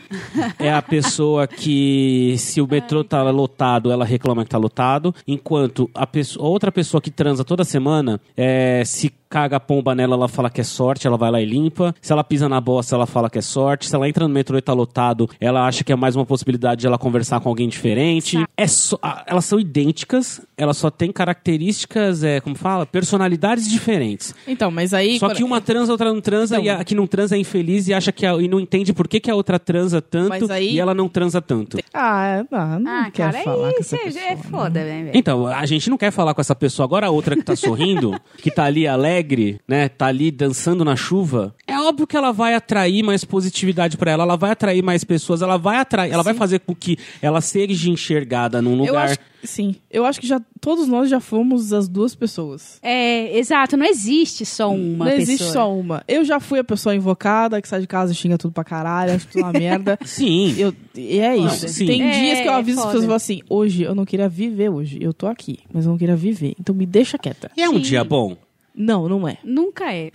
Speaker 1: É a pessoa que se o metrô tá lotado, ela reclama que tá lotado, enquanto a pessoa- outra pessoa que transa toda semana, é, se caga a pomba nela, ela fala que é sorte, ela vai lá e limpa. Se ela pisa na bosta, ela fala que é sorte. Se ela entra no metrô e tá lotado, ela acha que é mais uma possibilidade de ela conversar com alguém diferente. É só- ah, elas são idênticas, elas só têm características, é, como fala? Personalidades diferentes.
Speaker 3: Então, mas aí.
Speaker 1: Só que uma transa, a outra não transa,
Speaker 3: Então.
Speaker 1: e a que não transa é infeliz e acha que a- e não entende por que, que a outra transa
Speaker 3: Mas
Speaker 1: tanto
Speaker 3: aí-
Speaker 1: e ela não transa tanto.
Speaker 3: Ah, não, não
Speaker 2: Ah,
Speaker 3: quero
Speaker 2: cara,
Speaker 3: falar
Speaker 2: aí
Speaker 3: com essa
Speaker 2: você já é
Speaker 3: pessoa,
Speaker 2: foda, né, velho?
Speaker 1: Então, a gente não quer falar com essa pessoa. Agora a outra que tá sorrindo, que tá ali alegre, né? Tá ali dançando na chuva. É óbvio que ela vai atrair mais positividade pra ela, ela vai atrair mais pessoas, ela vai atrair, ela vai fazer com que ela seja enxergada num
Speaker 3: Eu
Speaker 1: Um lugar.
Speaker 3: acho, sim, eu acho que já todos nós já fomos as duas pessoas.
Speaker 2: É, exato, não existe só uma
Speaker 3: não
Speaker 2: pessoa.
Speaker 3: existe só uma. Eu já fui a pessoa invocada que sai de casa e xinga tudo pra caralho, acho tudo uma merda.
Speaker 1: Sim.
Speaker 3: Eu, e é
Speaker 1: Foda.
Speaker 3: isso.
Speaker 1: Sim.
Speaker 3: Tem
Speaker 2: É,
Speaker 3: dias que eu aviso as
Speaker 2: foda.
Speaker 3: pessoas e falo assim: hoje eu não queria viver hoje. Eu tô aqui, mas eu não queria viver. Então me deixa quieta.
Speaker 1: E é um
Speaker 2: Sim.
Speaker 1: dia bom.
Speaker 3: Não, não é.
Speaker 2: Nunca é.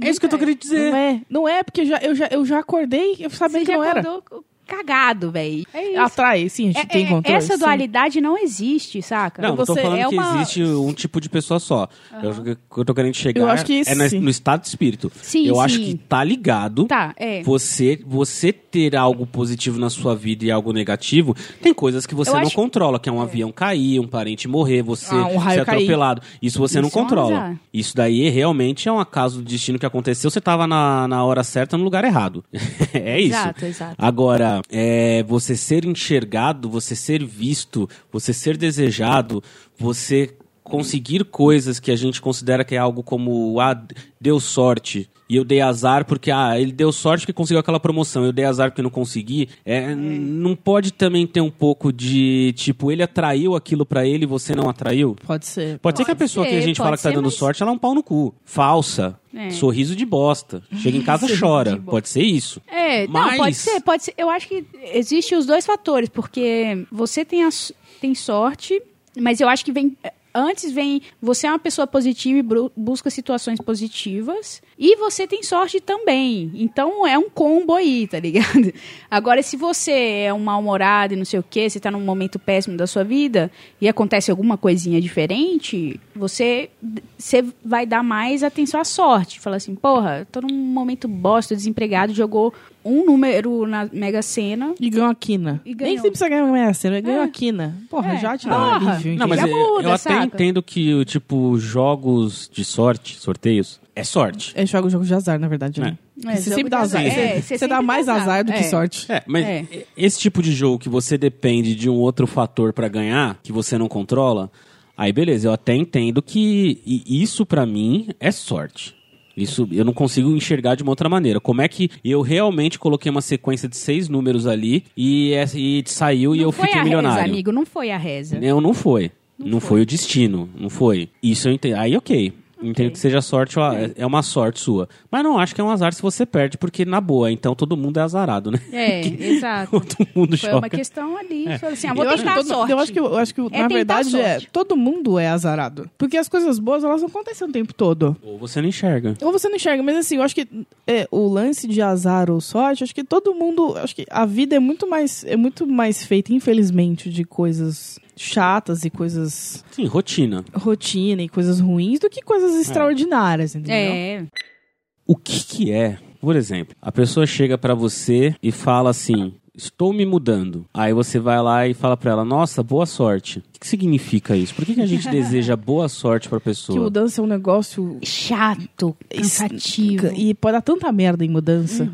Speaker 1: É isso que eu tô querendo dizer.
Speaker 3: Não é, não é, porque já, eu, já, eu já acordei eu sabendo
Speaker 2: Você
Speaker 3: que
Speaker 2: já
Speaker 3: não era.
Speaker 2: acordou cagado, velho. É isso.
Speaker 3: Atrai, sim, a gente
Speaker 2: É-
Speaker 3: tem
Speaker 2: é-
Speaker 3: controle.
Speaker 2: essa
Speaker 3: sim.
Speaker 2: dualidade não existe, saca?
Speaker 1: Não, eu tô
Speaker 3: Você
Speaker 1: falando
Speaker 2: é
Speaker 1: que
Speaker 2: uma-
Speaker 1: existe um tipo de pessoa só. Eu, eu tô querendo chegar
Speaker 3: Eu acho que isso,
Speaker 1: é na-
Speaker 3: sim.
Speaker 1: no estado de espírito.
Speaker 2: Sim,
Speaker 1: eu
Speaker 2: sim.
Speaker 1: acho que tá ligado.
Speaker 2: Tá, é.
Speaker 1: Você, você ter algo positivo na sua vida e algo negativo, tem coisas que você
Speaker 2: Eu
Speaker 1: não
Speaker 2: acho-
Speaker 1: controla, que é um avião cair, um parente morrer, você
Speaker 3: Ah, um
Speaker 1: ser
Speaker 3: raio cair.
Speaker 1: atropelado. Isso você não
Speaker 2: Isso é um
Speaker 1: controla.
Speaker 2: azar.
Speaker 1: Isso daí realmente é um acaso do destino que aconteceu. Você tava na, na hora certa, no lugar errado. é isso.
Speaker 2: Exato, exato.
Speaker 1: Agora, é, você ser enxergado, você ser visto, você ser desejado, você conseguir coisas que a gente considera que é algo como ah, deu sorte e eu dei azar porque ah, ele deu sorte que conseguiu aquela promoção, eu dei azar porque não consegui. É, não pode também ter um pouco de tipo ele atraiu aquilo pra ele e você não atraiu?
Speaker 3: Pode ser.
Speaker 1: Pode ser que a
Speaker 2: Pode
Speaker 1: pessoa que a
Speaker 2: ser,
Speaker 1: gente fala
Speaker 2: pode
Speaker 1: que tá
Speaker 2: ser,
Speaker 1: dando
Speaker 2: mas-
Speaker 1: sorte, ela é um pau no cu. Falsa.
Speaker 2: É.
Speaker 1: Sorriso de bosta. Chega em casa, chora.
Speaker 2: bosta.
Speaker 1: Pode ser isso.
Speaker 2: É, não,
Speaker 1: Mas-
Speaker 2: pode ser, pode ser. Eu acho que existem os dois fatores, porque você tem, a s- tem sorte, mas eu acho que vem. Antes vem você é uma pessoa positiva e bru- busca situações positivas. E você tem sorte também. Então é um combo aí, tá ligado? Agora, se você é um mal-humorado e não sei o quê, você tá num momento péssimo da sua vida e acontece alguma coisinha diferente, você, você vai dar mais atenção à sorte. Fala assim, porra, tô num momento bosta, desempregado, jogou um número na Mega Sena.
Speaker 3: E ganhou a quina.
Speaker 2: E
Speaker 3: Nem
Speaker 2: ganhou.
Speaker 3: que você precisa ganhar uma meia cena, né? ganhou
Speaker 2: É.
Speaker 3: a quina. Porra,
Speaker 2: É.
Speaker 3: já te dá um
Speaker 2: Porra.
Speaker 3: alívio,
Speaker 1: Não,
Speaker 3: entendeu?
Speaker 1: mas
Speaker 2: Já
Speaker 1: é-
Speaker 2: muda,
Speaker 1: eu até
Speaker 2: saca?
Speaker 1: entendo que, tipo, jogos de sorte, sorteios, é sorte.
Speaker 3: É jogo, jogo de azar, na verdade. né?
Speaker 2: É,
Speaker 3: Você
Speaker 2: jogo
Speaker 3: sempre dá
Speaker 2: de
Speaker 3: azar.
Speaker 2: azar.
Speaker 3: Você-
Speaker 2: É, você
Speaker 3: você
Speaker 2: sempre
Speaker 3: dá
Speaker 2: dá
Speaker 3: mais
Speaker 2: azar.
Speaker 3: azar do que
Speaker 2: É.
Speaker 3: sorte.
Speaker 1: É, mas
Speaker 2: É.
Speaker 1: esse tipo de jogo que você depende de um outro fator pra ganhar, que você não controla, aí beleza, eu até entendo que e isso pra mim é sorte. Isso eu não consigo enxergar de uma outra maneira. Como é que eu realmente coloquei uma sequência de seis números ali e, é- e saiu e
Speaker 2: Não
Speaker 1: eu
Speaker 2: foi
Speaker 1: fiquei
Speaker 2: a
Speaker 1: milionário?
Speaker 2: reza, amigo, não foi a reza.
Speaker 1: Não, não foi. Não, foi. o destino, não foi. Isso eu entendo. Aí, ok. Entendo que seja sorte, ó, é uma sorte sua. Mas não acho que é um azar se você perde, porque na boa, então todo mundo é azarado, né?
Speaker 2: É, exato.
Speaker 1: Todo mundo
Speaker 2: Foi
Speaker 1: joga.
Speaker 2: uma questão ali. Falou assim, ah, vou
Speaker 3: É. Eu acho, que
Speaker 2: tentar a
Speaker 3: todo,
Speaker 2: sorte.
Speaker 3: eu acho que, eu acho que na
Speaker 2: tentar
Speaker 3: verdade, é,
Speaker 2: sorte.
Speaker 3: todo mundo é azarado. Porque as coisas boas, elas não acontecem o tempo todo.
Speaker 1: Ou você não enxerga.
Speaker 3: Ou você não enxerga, mas assim, eu acho que é, o lance de azar ou sorte, acho que todo mundo. Acho que a vida é muito mais, é muito mais feita, infelizmente, de coisas chatas e coisas
Speaker 1: Sim, rotina.
Speaker 3: rotina e coisas ruins do que coisas extraordinárias, entendeu?
Speaker 2: É,
Speaker 1: O que que é? Por exemplo, a pessoa chega pra você e fala assim: "Estou me mudando". Aí você vai lá e fala pra ela: "Nossa, boa sorte". O que, que significa isso? Por que, que a gente deseja boa sorte pra
Speaker 3: Que
Speaker 1: pessoa?
Speaker 3: mudança é um negócio.
Speaker 2: chato, cansativo. Uhum.
Speaker 3: E pode dar tanta merda em mudança.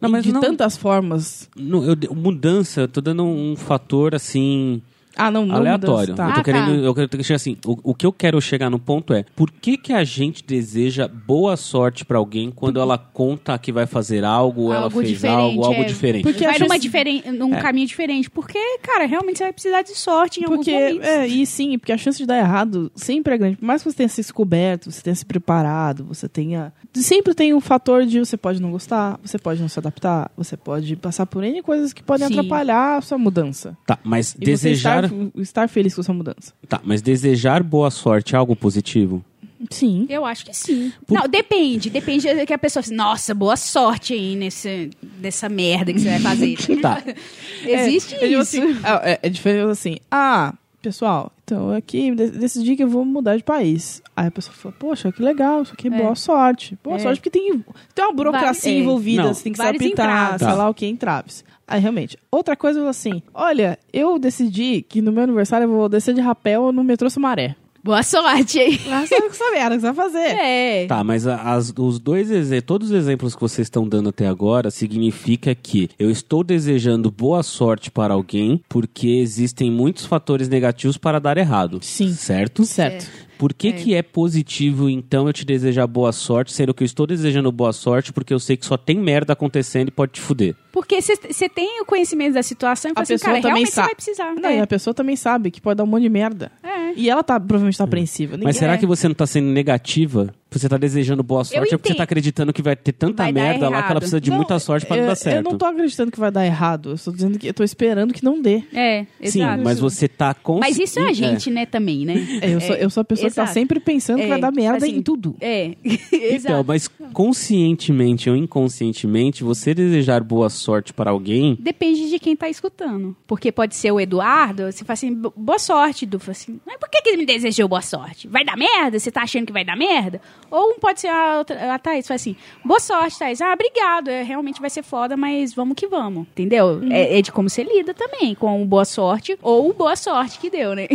Speaker 1: Não,
Speaker 3: E
Speaker 1: mas
Speaker 3: de
Speaker 1: não-
Speaker 3: tantas formas.
Speaker 1: Não, eu de- mudança, eu tô dando um fator assim
Speaker 3: Ah, não, não
Speaker 1: aleatório.
Speaker 3: mudança, tá.
Speaker 1: Eu
Speaker 2: Ah,
Speaker 1: tô
Speaker 2: tá.
Speaker 1: querendo, eu quero chegar assim, o, o que eu quero chegar no ponto é, por que que a gente deseja boa sorte pra alguém quando ela conta que vai fazer algo, ou ela
Speaker 2: Algo
Speaker 1: fez
Speaker 2: diferente,
Speaker 1: algo, algo
Speaker 2: é.
Speaker 1: diferente?
Speaker 3: Porque É.
Speaker 2: vai
Speaker 3: acho
Speaker 2: numa
Speaker 3: isso-
Speaker 2: diferen- num caminho diferente. Porque, cara, realmente você vai precisar de sorte em
Speaker 3: Porque,
Speaker 2: algum momento.
Speaker 3: é, e sim, porque a chance de dar errado sempre é grande. Por mais que você tenha se descoberto, você tenha se preparado, você tenha. Sempre tem um fator de você pode não gostar, você pode não se adaptar, você pode passar por N coisas que podem
Speaker 2: Sim.
Speaker 3: atrapalhar a sua mudança.
Speaker 1: Tá, mas
Speaker 3: E
Speaker 1: desejar,
Speaker 3: você estar, estar feliz com a sua mudança.
Speaker 1: tá, mas desejar boa sorte é algo positivo?
Speaker 3: Sim.
Speaker 2: Eu acho que sim. Não, depende. Depende que a pessoa fala, assim, nossa, boa sorte aí nesse, nessa merda que você vai fazer.
Speaker 1: Tá.
Speaker 2: Existe
Speaker 3: É, eu digo
Speaker 2: isso.
Speaker 3: assim, ah, é, é diferente assim, ah, pessoal, então eu aqui de- decidi que eu vou mudar de país. Aí a pessoa fala, poxa, que legal, isso aqui, é boa sorte. Boa
Speaker 2: É.
Speaker 3: sorte, porque tem, tem uma burocracia
Speaker 2: Vai- é.
Speaker 3: envolvida,
Speaker 1: Não.
Speaker 3: você tem que se
Speaker 2: Vários
Speaker 3: apitar,
Speaker 2: entraves.
Speaker 3: sei
Speaker 1: Tá.
Speaker 3: lá o que, entraves. Aí realmente, outra coisa eu assim, olha, eu decidi que no meu aniversário eu vou descer de rapel no metrô Sumaré.
Speaker 2: Boa sorte aí.
Speaker 3: Lá sabe o que sabe, era o que você vai fazer.
Speaker 2: É.
Speaker 1: Tá, mas a- as- os dois exe- todos os exemplos que vocês estão dando até agora significa que eu estou desejando boa sorte para alguém porque existem muitos fatores negativos para dar errado.
Speaker 3: Sim.
Speaker 1: Certo?
Speaker 3: Certo.
Speaker 1: Por que é. que é positivo, então, eu te desejar boa sorte, sendo que eu estou desejando boa sorte porque eu sei que só tem merda acontecendo e pode te fuder?
Speaker 2: Porque você tem o conhecimento da situação e
Speaker 3: A
Speaker 2: fala assim,
Speaker 3: pessoa
Speaker 2: cara,
Speaker 3: também
Speaker 2: realmente você
Speaker 3: sabe.
Speaker 2: vai precisar.
Speaker 3: Não,
Speaker 2: É.
Speaker 3: E a pessoa também sabe que pode dar um monte de merda.
Speaker 2: É.
Speaker 3: E ela tá, provavelmente tá apreensiva.
Speaker 1: Mas
Speaker 3: Ninguém-
Speaker 1: será
Speaker 2: É.
Speaker 1: que você não tá sendo negativa? Você tá desejando boa sorte é porque você
Speaker 2: entendo.
Speaker 1: tá acreditando que vai ter tanta
Speaker 2: Vai dar
Speaker 1: merda lá que ela
Speaker 2: errado.
Speaker 1: precisa de
Speaker 3: Não,
Speaker 1: muita sorte para
Speaker 3: eu,
Speaker 1: não dar
Speaker 3: Eu
Speaker 1: certo.
Speaker 3: não tô acreditando que vai dar errado. Eu tô dizendo que eu tô esperando que não dê.
Speaker 2: É,
Speaker 1: Sim,
Speaker 2: exato.
Speaker 1: mas você tá com
Speaker 2: Mas isso é a gente, né, também, né?
Speaker 3: É, eu, sou, eu sou a pessoa que tá
Speaker 2: exato.
Speaker 3: sempre pensando que
Speaker 2: É,
Speaker 3: vai dar merda
Speaker 2: assim,
Speaker 3: em tudo.
Speaker 2: É,
Speaker 1: Então,
Speaker 2: exato.
Speaker 1: mas conscientemente ou inconscientemente, você desejar boa sorte para alguém.
Speaker 2: Depende de quem tá escutando. Porque pode ser o Eduardo, você fala assim, "Bo- boa sorte, Du. Fala assim, mas por que, que ele me desejou boa sorte? Vai dar merda? Você tá achando que vai dar merda? Ou um pode ser a, outra, a Thaís, fala assim, boa sorte, Thaís. Ah, obrigado, é, realmente vai ser foda, mas vamos que vamos. Entendeu?
Speaker 3: Uhum.
Speaker 2: É, é de como você lida também, com o boa sorte ou o boa sorte que deu, né?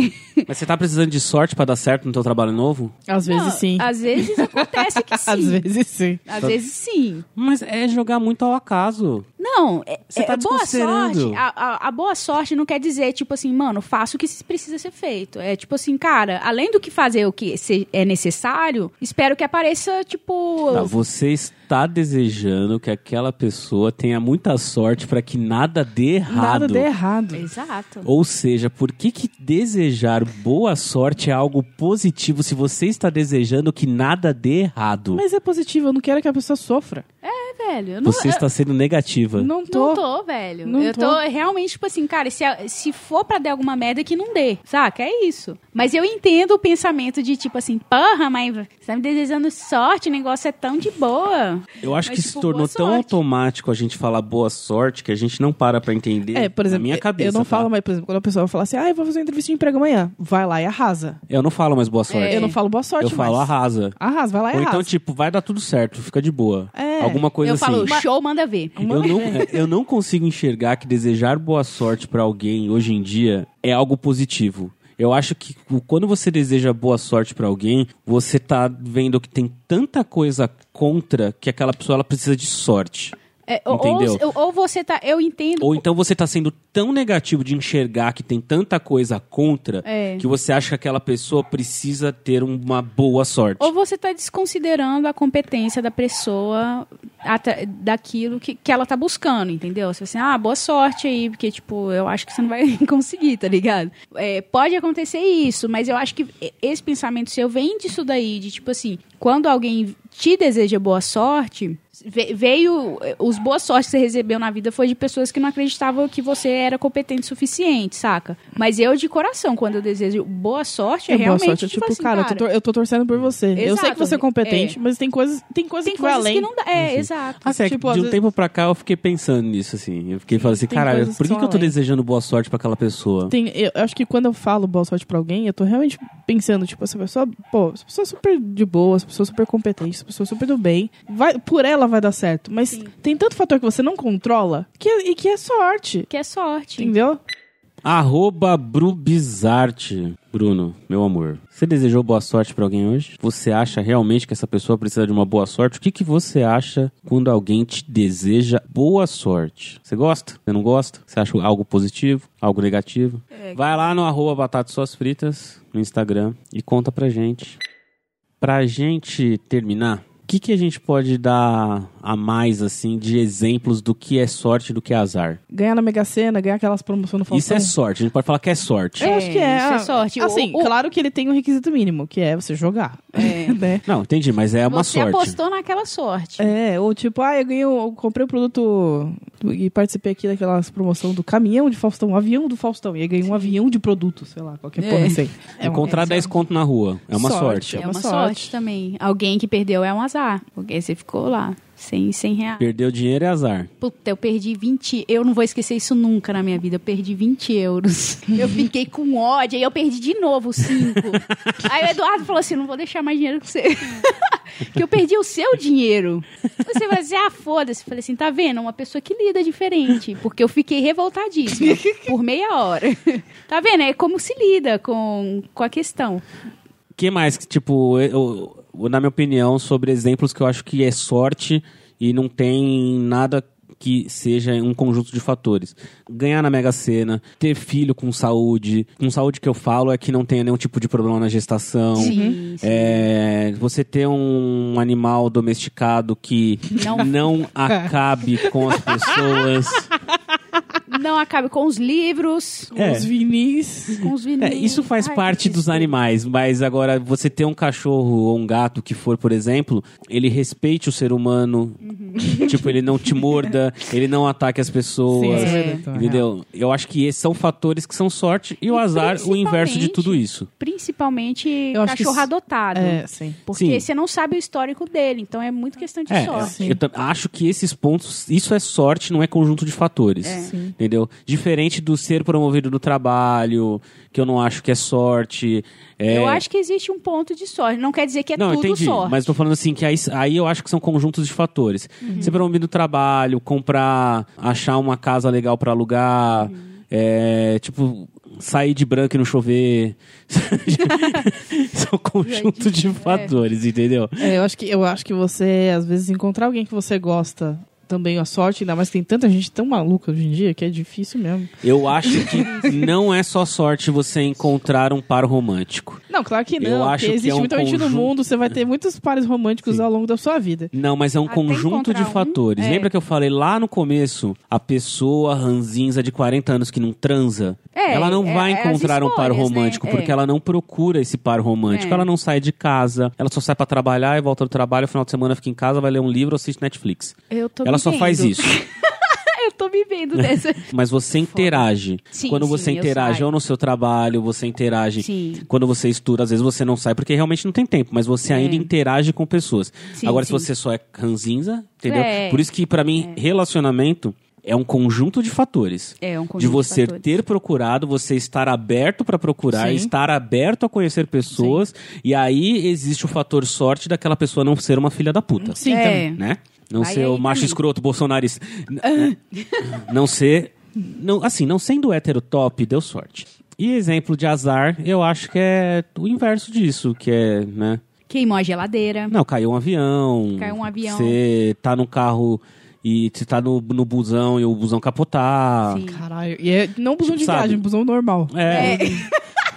Speaker 1: Mas você tá precisando de sorte para dar certo no teu trabalho novo?
Speaker 3: Às vezes
Speaker 2: Não, assim,
Speaker 3: sim.
Speaker 2: Às vezes acontece que sim.
Speaker 3: Às vezes sim.
Speaker 2: Às vezes sim.
Speaker 1: Mas é jogar muito ao acaso.
Speaker 2: Não, Não, é,
Speaker 1: Você
Speaker 2: é-
Speaker 1: tá
Speaker 2: boa
Speaker 1: desconsiderando.
Speaker 2: sorte. ah, A, a- a boa sorte não quer dizer, tipo assim, mano, faça o que precisa ser feito. É tipo assim, cara, além do que fazer o que se- é necessário, espero que apareça, tipo.
Speaker 1: Tá, você está desejando que aquela pessoa tenha muita sorte para que nada dê errado.
Speaker 3: Nada de errado.
Speaker 2: Exato.
Speaker 1: Ou seja, por que, que desejar boa sorte é algo positivo se você está desejando que nada dê errado?
Speaker 3: Mas é positivo, eu não quero que a pessoa sofra.
Speaker 2: É, velho. eu Não,
Speaker 1: Você
Speaker 2: eu-
Speaker 1: está sendo negativa.
Speaker 3: Não
Speaker 2: Não
Speaker 3: tô.
Speaker 2: tô, velho.
Speaker 3: Não
Speaker 2: eu tô.
Speaker 3: tô.
Speaker 2: realmente, tipo assim, cara, se, se for pra dar alguma merda, que não dê, saca? É isso. Mas eu entendo o pensamento de, tipo assim, porra, mas você tá me desejando sorte, o negócio é tão de boa.
Speaker 1: Eu acho
Speaker 2: Mas,
Speaker 1: que
Speaker 2: tipo,
Speaker 1: se tornou
Speaker 2: boa
Speaker 1: tão
Speaker 2: sorte.
Speaker 1: automático a gente falar boa sorte que a gente não para pra entender.
Speaker 3: É, por
Speaker 1: na
Speaker 3: exemplo,
Speaker 1: minha cabeça.
Speaker 3: eu não
Speaker 1: tá?
Speaker 3: falo mais, por exemplo, quando a pessoa fala assim, ah, eu vou fazer uma entrevista de emprego amanhã. Vai lá e arrasa.
Speaker 1: Eu não falo mais boa sorte.
Speaker 2: É.
Speaker 3: Eu não falo boa sorte
Speaker 1: Eu falo
Speaker 3: mais.
Speaker 1: arrasa.
Speaker 3: Arrasa, vai lá e
Speaker 1: Ou
Speaker 3: arrasa.
Speaker 1: então, tipo, vai dar tudo certo, fica de boa.
Speaker 3: É.
Speaker 1: Alguma coisa
Speaker 2: eu
Speaker 1: assim.
Speaker 2: falo, show, manda ver.
Speaker 1: Eu não, é, eu não consigo enxergar que desejar boa sorte pra alguém hoje em dia é algo positivo. Eu acho que o- quando você deseja boa sorte pra alguém, você tá vendo que tem tanta coisa contra que aquela pessoa ela precisa de sorte.
Speaker 2: É, ou,
Speaker 1: Entendeu?
Speaker 2: ou- ou você tá. Eu entendo.
Speaker 1: Ou então você tá sendo tão negativo de enxergar que tem tanta coisa contra
Speaker 2: É.
Speaker 1: que você acha que aquela pessoa precisa ter uma boa sorte.
Speaker 2: Ou você tá desconsiderando a competência da pessoa atra- daquilo que, que ela tá buscando, entendeu? Você assim, ah, boa sorte aí, porque, tipo, eu acho que você não vai conseguir, tá ligado? É, pode acontecer isso, mas eu acho que esse pensamento seu vem disso daí, de tipo assim, quando alguém te deseja boa sorte, ve- veio. eh, Os boas sortes que você recebeu na vida foi de pessoas que não acreditavam que você era competente o suficiente, saca? Mas eu, de coração, quando eu desejo boa sorte, é
Speaker 3: É boa
Speaker 2: realmente.
Speaker 3: sorte. é
Speaker 2: tipo
Speaker 3: Tipo,
Speaker 2: assim,
Speaker 3: cara, eu, tô,
Speaker 2: cara
Speaker 3: tor- eu tô torcendo por você. Eu sei que você é competente, mas tem coisas, tem coisas
Speaker 2: tem
Speaker 3: que vai
Speaker 2: coisas
Speaker 3: além.
Speaker 2: que não dá. É, exato.
Speaker 1: Assim, é que
Speaker 3: tipo,
Speaker 1: de
Speaker 3: às
Speaker 1: um
Speaker 3: vezes-
Speaker 1: tempo pra cá eu fiquei pensando nisso, assim. Eu fiquei falando assim,
Speaker 3: Tem
Speaker 1: caralho,
Speaker 3: coisas que
Speaker 1: por que,
Speaker 3: são
Speaker 1: que eu tô
Speaker 3: além.
Speaker 1: desejando boa sorte pra aquela pessoa?
Speaker 3: Tem, eu acho que quando eu falo boa sorte pra alguém, eu tô realmente pensando, tipo, essa pessoa, pô, essa pessoa é super de boa, essa pessoa é super competente, essa pessoa é super do bem. Vai, por ela vai dar certo. Mas tem tanto fator que você não controla que, é- e que é sorte.
Speaker 2: Que é sorte.
Speaker 3: Entendeu?
Speaker 1: Arroba Brubizarte. Bruno, meu amor, você desejou boa sorte pra alguém hoje? Você acha realmente que essa pessoa precisa de uma boa sorte? O que, que você acha quando alguém te deseja boa sorte? Você gosta? Você não gosta? Você acha algo positivo? Algo negativo? Vai lá no arroba Batatas Suas Fritas no Instagram e conta pra gente. Pra gente terminar, o que, que a gente pode dar a mais, assim, de exemplos do que é sorte e do que é azar?
Speaker 3: Ganhar na Mega Sena, ganhar aquelas promoções no Falcão.
Speaker 1: Isso é sorte, a gente pode falar que é sorte.
Speaker 3: Eu acho que é.
Speaker 2: É, isso é sorte.
Speaker 3: Assim,
Speaker 2: O- o-
Speaker 3: claro que ele tem um requisito mínimo, que é você jogar.
Speaker 2: É.
Speaker 3: né?
Speaker 1: Não, entendi, mas é uma
Speaker 2: Você
Speaker 1: sorte.
Speaker 2: apostou naquela sorte.
Speaker 3: É, ou tipo, ah, eu ganhei, um- eu comprei o produto e participei aqui daquelas promoção do caminhão de Faustão, um avião do Faustão, e aí ganhei um avião de produto, sei lá, qualquer
Speaker 2: É.
Speaker 3: porra assim.
Speaker 1: Encontrar
Speaker 2: é
Speaker 1: 10 conto na rua. É uma sorte.
Speaker 3: Sorte.
Speaker 2: É,
Speaker 3: é
Speaker 2: uma,
Speaker 3: uma
Speaker 2: sorte.
Speaker 3: sorte.
Speaker 2: também. Alguém que perdeu é um azar. Porque você ficou lá, sem, sem reais.
Speaker 1: Perdeu dinheiro é azar.
Speaker 2: Puta, eu perdi 20. Eu não vou esquecer isso nunca na minha vida. Eu perdi 20 euros. Eu fiquei com ódio. Aí eu perdi de novo 5. aí o Eduardo falou assim: não vou deixar mais dinheiro com você. Porque eu perdi o seu dinheiro. Você vai dizer, ah, foda-se. Eu Falei assim: tá vendo? Uma pessoa que lida diferente. Porque eu fiquei revoltadíssima por meia hora. Tá vendo? É como se lida com, com a questão.
Speaker 1: O que mais? que, Tipo, eu- eu- na minha opinião, sobre exemplos que eu acho que é sorte e não tem nada que seja um conjunto de fatores. Ganhar na Mega Sena, ter filho com saúde. Com saúde que eu falo é que não tenha nenhum tipo de problema na gestação.
Speaker 2: Sim, sim.
Speaker 1: Uhum. É, você ter um animal domesticado que
Speaker 2: Não.
Speaker 1: não acabe com as pessoas.
Speaker 2: Não acabe com os livros,
Speaker 1: É.
Speaker 3: Os vinis.
Speaker 2: com os
Speaker 1: É,
Speaker 2: vinis.
Speaker 1: isso faz
Speaker 2: Hum, Ai,
Speaker 1: parte
Speaker 2: que
Speaker 1: dos
Speaker 2: desespero.
Speaker 1: animais, mas agora você ter um cachorro ou um gato que for, por exemplo, ele respeite o ser humano,
Speaker 2: Uhum.
Speaker 1: tipo, ele não te morda, ele não ataque as pessoas,
Speaker 3: Sim,
Speaker 2: é.
Speaker 1: entendeu? Eu acho que esses são fatores que são sorte e o
Speaker 2: E
Speaker 1: azar, o inverso de tudo isso.
Speaker 2: Principalmente
Speaker 3: Eu acho que
Speaker 2: cachorro
Speaker 3: s-
Speaker 2: adotado.
Speaker 3: É, sim.
Speaker 2: Porque
Speaker 1: Sim.
Speaker 2: você não sabe o histórico dele, então é muito questão de
Speaker 1: É,
Speaker 2: sorte.
Speaker 1: eu tam- acho que esses pontos, isso é sorte, não é conjunto de fatores.
Speaker 2: É.
Speaker 1: Entendeu? Diferente do ser promovido do trabalho, que eu não acho que é sorte. é-
Speaker 2: Eu acho que existe um ponto de sorte. Não quer dizer que é
Speaker 1: não,
Speaker 2: tudo
Speaker 1: entendi.
Speaker 2: sorte.
Speaker 1: Mas tô falando assim, que aí, aí eu acho que são conjuntos de fatores.
Speaker 2: Uhum.
Speaker 1: Você promover o trabalho, comprar, achar uma casa legal pra alugar,
Speaker 2: Uhum.
Speaker 1: é, tipo, sair de branco e não chover. são conjuntos
Speaker 2: é.
Speaker 1: de fatores, entendeu?
Speaker 3: É, eu acho que eu acho que você às vezes encontrar alguém que você gosta também a sorte, ainda mais que tem tanta gente tão maluca hoje em dia que é difícil mesmo.
Speaker 1: Eu acho que não é só sorte você encontrar um par romântico.
Speaker 3: Não, claro que não.
Speaker 1: Eu
Speaker 3: porque
Speaker 1: acho que
Speaker 3: existe
Speaker 1: é um
Speaker 3: muita gente no
Speaker 1: conjunto-
Speaker 3: mundo, você vai ter muitos pares românticos ao longo da sua vida.
Speaker 1: Não, mas é um
Speaker 2: Até
Speaker 1: conjunto de
Speaker 2: encontrar um,
Speaker 1: fatores.
Speaker 2: é.
Speaker 1: Lembra que eu falei lá no começo? A pessoa ranzinza de 40 anos que não transa,
Speaker 2: É,
Speaker 1: ela não
Speaker 2: é-
Speaker 1: vai
Speaker 2: é as
Speaker 1: encontrar um par
Speaker 2: escolhas, né?
Speaker 1: romântico,
Speaker 2: É.
Speaker 1: porque ela não procura esse par romântico.
Speaker 2: É.
Speaker 1: Ela não sai de casa, ela só sai pra trabalhar e volta do trabalho, final de semana fica em casa, vai ler um livro, assiste Netflix.
Speaker 2: Eu tô
Speaker 1: ela
Speaker 2: me
Speaker 1: só faz
Speaker 2: vendo.
Speaker 1: isso.
Speaker 2: eu tô me vendo dessa.
Speaker 1: Mas você interage.
Speaker 2: Sim,
Speaker 1: Quando
Speaker 2: sim,
Speaker 1: você
Speaker 2: eu
Speaker 1: interage
Speaker 2: saio.
Speaker 1: ou no seu trabalho, você interage.
Speaker 2: Sim.
Speaker 1: Quando você estuda, às vezes você não sai porque realmente não tem tempo, mas você ainda interage com pessoas.
Speaker 2: É. Sim,
Speaker 1: Agora,
Speaker 2: sim.
Speaker 1: se você só é ranzinza, entendeu?
Speaker 2: É.
Speaker 1: Por isso que, pra mim, relacionamento é um conjunto de fatores.
Speaker 2: É um conjunto
Speaker 1: de você
Speaker 2: fatores.
Speaker 1: ter procurado, você estar aberto pra procurar,
Speaker 3: Sim.
Speaker 1: estar aberto a conhecer pessoas, e aí existe o fator sorte daquela pessoa não ser uma filha da puta
Speaker 3: Sim,
Speaker 2: É.
Speaker 3: também.
Speaker 1: né? Não
Speaker 2: Vai
Speaker 1: ser o
Speaker 2: aí
Speaker 1: macho
Speaker 2: também. Ah.
Speaker 1: escroto bolsonarista. N- né? não ser. Não, assim, não sendo hétero top, deu sorte. E exemplo de azar, eu acho que é o inverso disso, que é, né?
Speaker 2: Queimou a geladeira.
Speaker 1: Não, caiu um avião.
Speaker 2: Caiu um avião.
Speaker 1: Você tá num carro e você tá no, no busão e o busão capotar.
Speaker 2: Sim.
Speaker 3: Caralho. E é não busão
Speaker 1: Tipo,
Speaker 3: de viagem,
Speaker 1: sabe?
Speaker 3: busão normal.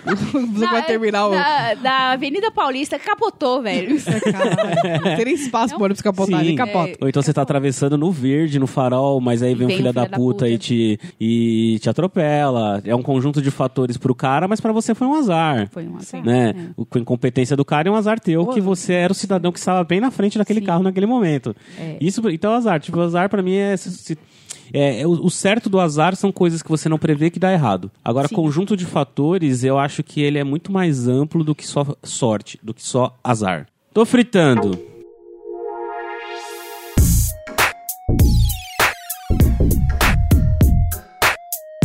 Speaker 1: É.
Speaker 3: busão vai terminar o.
Speaker 2: Da, da Avenida Paulista capotou, velho.
Speaker 3: Caralho. Não tem nem espaço pro ônibus capotar,
Speaker 1: Sim.
Speaker 3: ele capota.
Speaker 1: Ou então você tá atravessando no verde, no farol, mas aí vem um
Speaker 2: Vem
Speaker 1: filho da, puta e te, e te atropela. É um conjunto de fatores pro cara, mas pra você foi um azar.
Speaker 2: Foi um azar.
Speaker 1: né? O- Com a incompetência do cara é um azar teu, que você era o cidadão que estava bem na frente daquele
Speaker 2: Sim.
Speaker 1: carro naquele momento.
Speaker 2: É.
Speaker 1: Isso, então é azar. Tipo, azar pra mim é... se- se- é, é o o certo do azar são coisas que você não prevê que dá errado. Agora,
Speaker 2: Sim.
Speaker 1: conjunto de fatores, eu acho que ele é muito mais amplo do que só sorte, do que só azar. Tô fritando.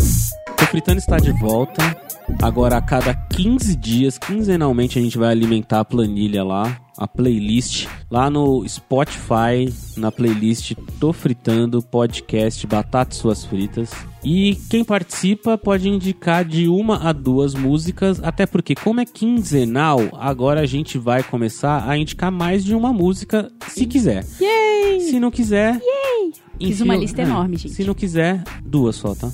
Speaker 1: O Fritando está de volta. Agora, a cada 15 dias, quinzenalmente, a gente vai alimentar a planilha lá, a playlist, lá no Spotify, na playlist Tô Fritando, podcast Batata e Suas Fritas. E quem participa pode indicar de uma a duas músicas, até porque, como é quinzenal, agora a gente vai começar a indicar mais de uma música, se quiser. Yay! Se não quiser.
Speaker 2: Fiz
Speaker 1: enfia-
Speaker 2: uma lista
Speaker 1: é,
Speaker 2: enorme, gente.
Speaker 1: Se não quiser, duas só, tá?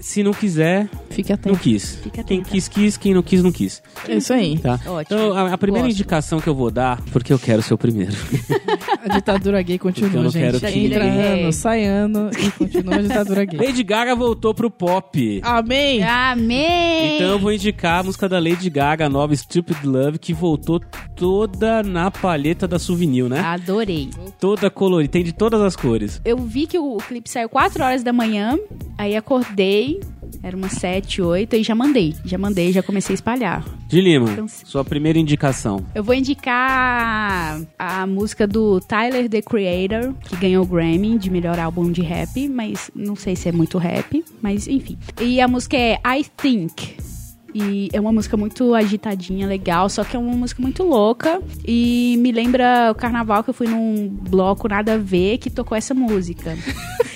Speaker 1: Se não quiser,
Speaker 3: Fique
Speaker 1: não
Speaker 3: atento.
Speaker 1: quis.
Speaker 2: Fica
Speaker 1: Quem
Speaker 2: atenta.
Speaker 1: quis, quis. Quem não quis, não quis.
Speaker 3: É isso aí.
Speaker 1: Tá?
Speaker 2: Ótimo.
Speaker 1: Então, a, a primeira
Speaker 2: Gosto.
Speaker 1: indicação que eu vou dar, porque eu quero ser o primeiro.
Speaker 3: A ditadura gay
Speaker 1: Porque eu
Speaker 3: continua,
Speaker 1: não
Speaker 3: gente.
Speaker 1: quero que
Speaker 3: Entra
Speaker 2: ninguém-
Speaker 3: ano, sai ano e continua a ditadura gay.
Speaker 1: Lady Gaga voltou pro pop.
Speaker 2: É.
Speaker 3: Amém!
Speaker 2: Amém!
Speaker 1: Então eu vou indicar a música da Lady Gaga, a nova Stupid Love, que voltou toda na palheta da Souvenir,
Speaker 2: Ah.
Speaker 1: né?
Speaker 2: Adorei.
Speaker 1: Toda colorida, tem de todas as cores.
Speaker 2: Eu vi que o clipe saiu 4 horas da manhã, aí acordei, era umas 7, 8, e já mandei. Já mandei, já comecei a espalhar.
Speaker 1: De Lima,
Speaker 2: Então, sim.
Speaker 1: sua primeira indicação.
Speaker 2: Eu vou indicar a música do Tyler The Creator, que ganhou o Grammy de melhor álbum de rap, mas não sei se é muito rap, mas enfim. E a música é I Think. E é uma música muito agitadinha, legal, só que é uma música muito louca. E me lembra o carnaval que eu fui num bloco nada a ver que tocou essa música.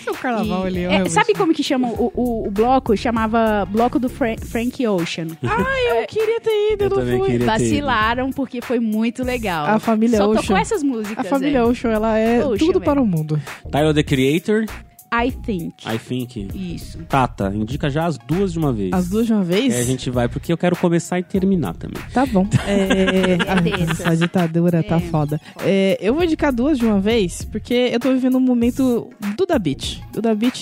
Speaker 3: O carnaval
Speaker 2: E-
Speaker 3: ali,
Speaker 2: é,
Speaker 3: ó, realmente.
Speaker 2: sabe como que chama o, o- o bloco? Chamava Bloco do Fra- Frank Ocean.
Speaker 3: Eu queria ter ido,
Speaker 1: Eu
Speaker 3: eu, não
Speaker 1: também
Speaker 3: fui.
Speaker 1: queria ter ido.
Speaker 2: Vacilaram porque foi muito legal.
Speaker 3: A família
Speaker 2: Só
Speaker 3: Ocean.
Speaker 2: tocou essas músicas.
Speaker 3: A família Ocean, ela é
Speaker 2: Ocean,
Speaker 3: tudo
Speaker 2: velho.
Speaker 3: para o mundo.
Speaker 1: Tyler, The Creator,
Speaker 2: é. I Think.
Speaker 1: I Think.
Speaker 2: Isso.
Speaker 1: Tata, indica já as duas de uma vez.
Speaker 3: As duas de uma vez?
Speaker 1: É, a gente vai, porque eu quero começar e terminar também.
Speaker 3: Tá bom. É, ah,
Speaker 2: dessas.
Speaker 3: essa ditadura tá foda. É, eu vou indicar duas de uma vez, porque eu tô vivendo um momento Duda Beat. Duda Beat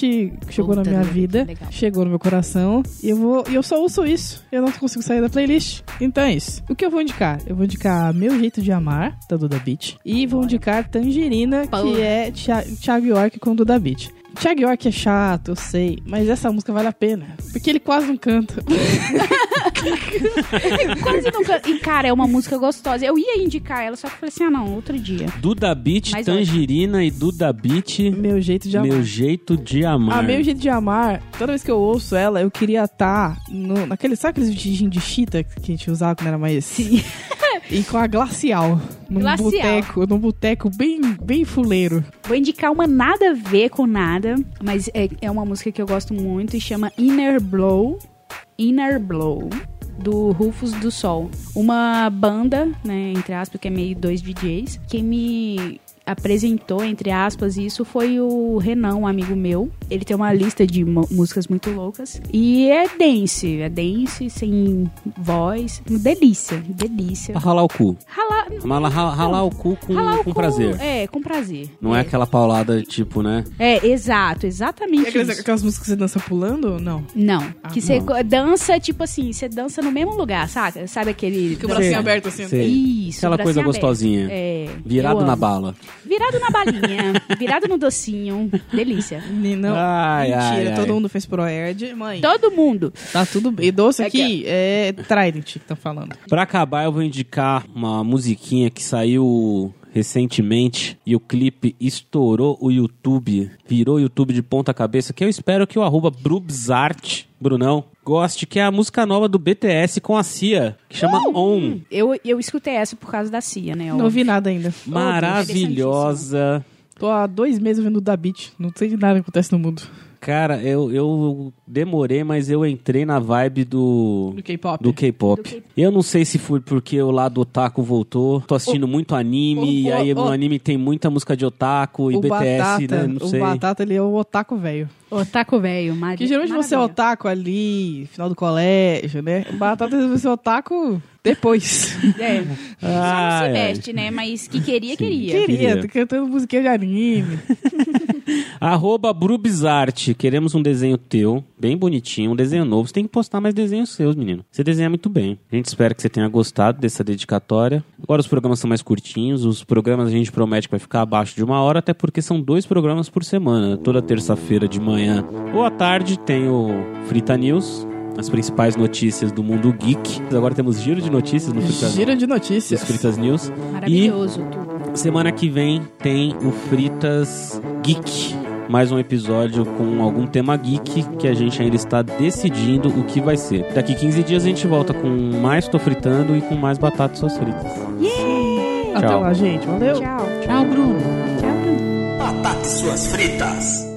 Speaker 3: chegou na
Speaker 2: Puta,
Speaker 3: minha
Speaker 2: Duda
Speaker 3: vida,
Speaker 2: Beat, legal.
Speaker 3: chegou no meu coração, e eu, vou, e eu só uso isso. Eu não consigo sair da playlist. Então é isso. O que eu vou indicar? Eu vou indicar Meu Jeito de Amar, da Duda Beat, e vou indicar Tangerina,
Speaker 2: Pô.
Speaker 3: que é Thia- Thiago York com Duda Beat. Thiago York é chato, eu sei, mas essa música vale a pena. Porque ele quase não canta.
Speaker 2: Quase nunca. E, cara, é uma música gostosa. Eu ia indicar ela, só que eu falei assim: ah, não, outro dia.
Speaker 1: Duda Beat,
Speaker 2: Mas
Speaker 1: Tangerina e Duda Beat,
Speaker 3: Meu jeito de amar.
Speaker 1: Meu Jeito de Amar.
Speaker 3: Ah, meu jeito de amar, toda vez que eu ouço ela, eu queria estar no, naquele. Sabe aqueles vestidinhos de chita que a gente usava quando era mais. Sim. e com a glacial. Num
Speaker 2: Glacial.
Speaker 3: boteco, num boteco bem, bem fuleiro.
Speaker 2: Vou indicar uma nada a ver com nada, mas é, é uma música que eu gosto muito e chama Inner Blow. Inner Blow. Do Rufus do Sol. Uma banda, né, entre aspas, que é meio dois DJs, que me apresentou, entre aspas, isso foi o Renan, um amigo meu. Ele tem uma lista de mu- músicas muito loucas. E é dance, é dance, sem voz. Delícia, delícia.
Speaker 1: Pra ralar o cu.
Speaker 2: Ralar,
Speaker 1: Mas ralar, ralar o cu com,
Speaker 2: ralar
Speaker 1: com
Speaker 2: o cu,
Speaker 1: prazer.
Speaker 2: É, com prazer.
Speaker 1: Não é aquela paulada, tipo, né?
Speaker 2: É, exato,
Speaker 3: E
Speaker 2: exatamente
Speaker 3: aquelas,
Speaker 2: isso.
Speaker 3: É aquelas músicas que você dança pulando? Não.
Speaker 2: Não,
Speaker 3: Ah,
Speaker 2: que você
Speaker 1: não.
Speaker 2: co- dança, tipo assim, você dança no mesmo lugar, saca? Sabe aquele...
Speaker 3: Fica o bracinho
Speaker 1: Sei.
Speaker 3: aberto assim.
Speaker 1: Sei.
Speaker 2: Isso,
Speaker 1: Aquela
Speaker 2: bracinho
Speaker 1: coisa
Speaker 2: aberto.
Speaker 1: gostosinha.
Speaker 2: É, eu
Speaker 1: Virado
Speaker 2: amo.
Speaker 1: na bala.
Speaker 2: Virado na balinha, virado no docinho. Delícia.
Speaker 3: Não.
Speaker 1: Ai,
Speaker 3: Mentira,
Speaker 1: ai, Então-
Speaker 3: todo
Speaker 1: ai.
Speaker 3: mundo fez proerd. Mãe,
Speaker 2: Todo mundo.
Speaker 3: tá tudo bem. E doce
Speaker 2: É
Speaker 3: aqui é Trident que tá falando.
Speaker 1: Pra acabar, eu vou indicar uma musiquinha que saiu recentemente e o clipe estourou o YouTube, virou o YouTube de ponta cabeça, que eu espero que o arroba Brubzart, Brunão, goste, que é a música nova do BTS com a Cia, que chama On.
Speaker 2: Eu, eu escutei essa por causa da CIA,
Speaker 1: É
Speaker 2: né?
Speaker 3: Não
Speaker 2: Eu-
Speaker 3: vi nada ainda.
Speaker 1: Maravilhosa.
Speaker 3: Tô há dois meses vendo o da Beat. Não sei de nada que acontece no mundo.
Speaker 1: Cara, eu, eu demorei, mas eu entrei na vibe do...
Speaker 3: Do K-pop.
Speaker 1: Do K-pop.
Speaker 2: Do K-pop.
Speaker 1: Eu não sei se foi porque o lado otaku voltou. Tô assistindo muito anime,
Speaker 3: o-
Speaker 1: e aí
Speaker 3: o-
Speaker 1: no anime tem muita música de otaku e
Speaker 3: o
Speaker 1: BTS,
Speaker 3: Batata,
Speaker 1: né? Não sei.
Speaker 3: O Batata, ele é o otaku velho.
Speaker 2: Otaku velho, Maria.
Speaker 3: Que geralmente você é
Speaker 2: Maravilha.
Speaker 3: otaku ali, final do colégio, né? O Batata, você é otaku depois.
Speaker 2: É, só não
Speaker 1: Ai,
Speaker 2: se
Speaker 1: ai.
Speaker 2: veste, né? Mas que queria, queria.
Speaker 3: Queria,
Speaker 1: queria.
Speaker 3: tô cantando musiquinha de anime.
Speaker 1: Arroba Brubizarte. Queremos um desenho teu, bem bonitinho, um desenho novo. Você tem que postar mais desenhos seus, menino. Você desenha muito bem. A gente espera que você tenha gostado dessa dedicatória. Agora os programas são mais curtinhos. Os programas a gente promete que vai ficar abaixo de uma hora, até porque são dois programas por semana. Toda terça-feira de manhã ou à tarde tem o Frita News. As principais notícias do mundo geek. Agora temos giro de notícias no Frita,
Speaker 3: Giro de notícias.
Speaker 1: nos Fritas News.
Speaker 2: Maravilhoso tudo.
Speaker 1: Semana que vem tem o Fritas Geek. Mais um episódio com algum tema geek que a gente ainda está decidindo o que vai ser. Daqui 15 dias a gente volta com mais Tô Fritando e com mais Batatas Suas Fritas.
Speaker 3: Até
Speaker 1: Tchau.
Speaker 3: lá, gente. Valeu.
Speaker 2: Tchau.
Speaker 1: Tchau, Bruno.
Speaker 2: Tchau, Bruno.
Speaker 4: Batatas suas fritas.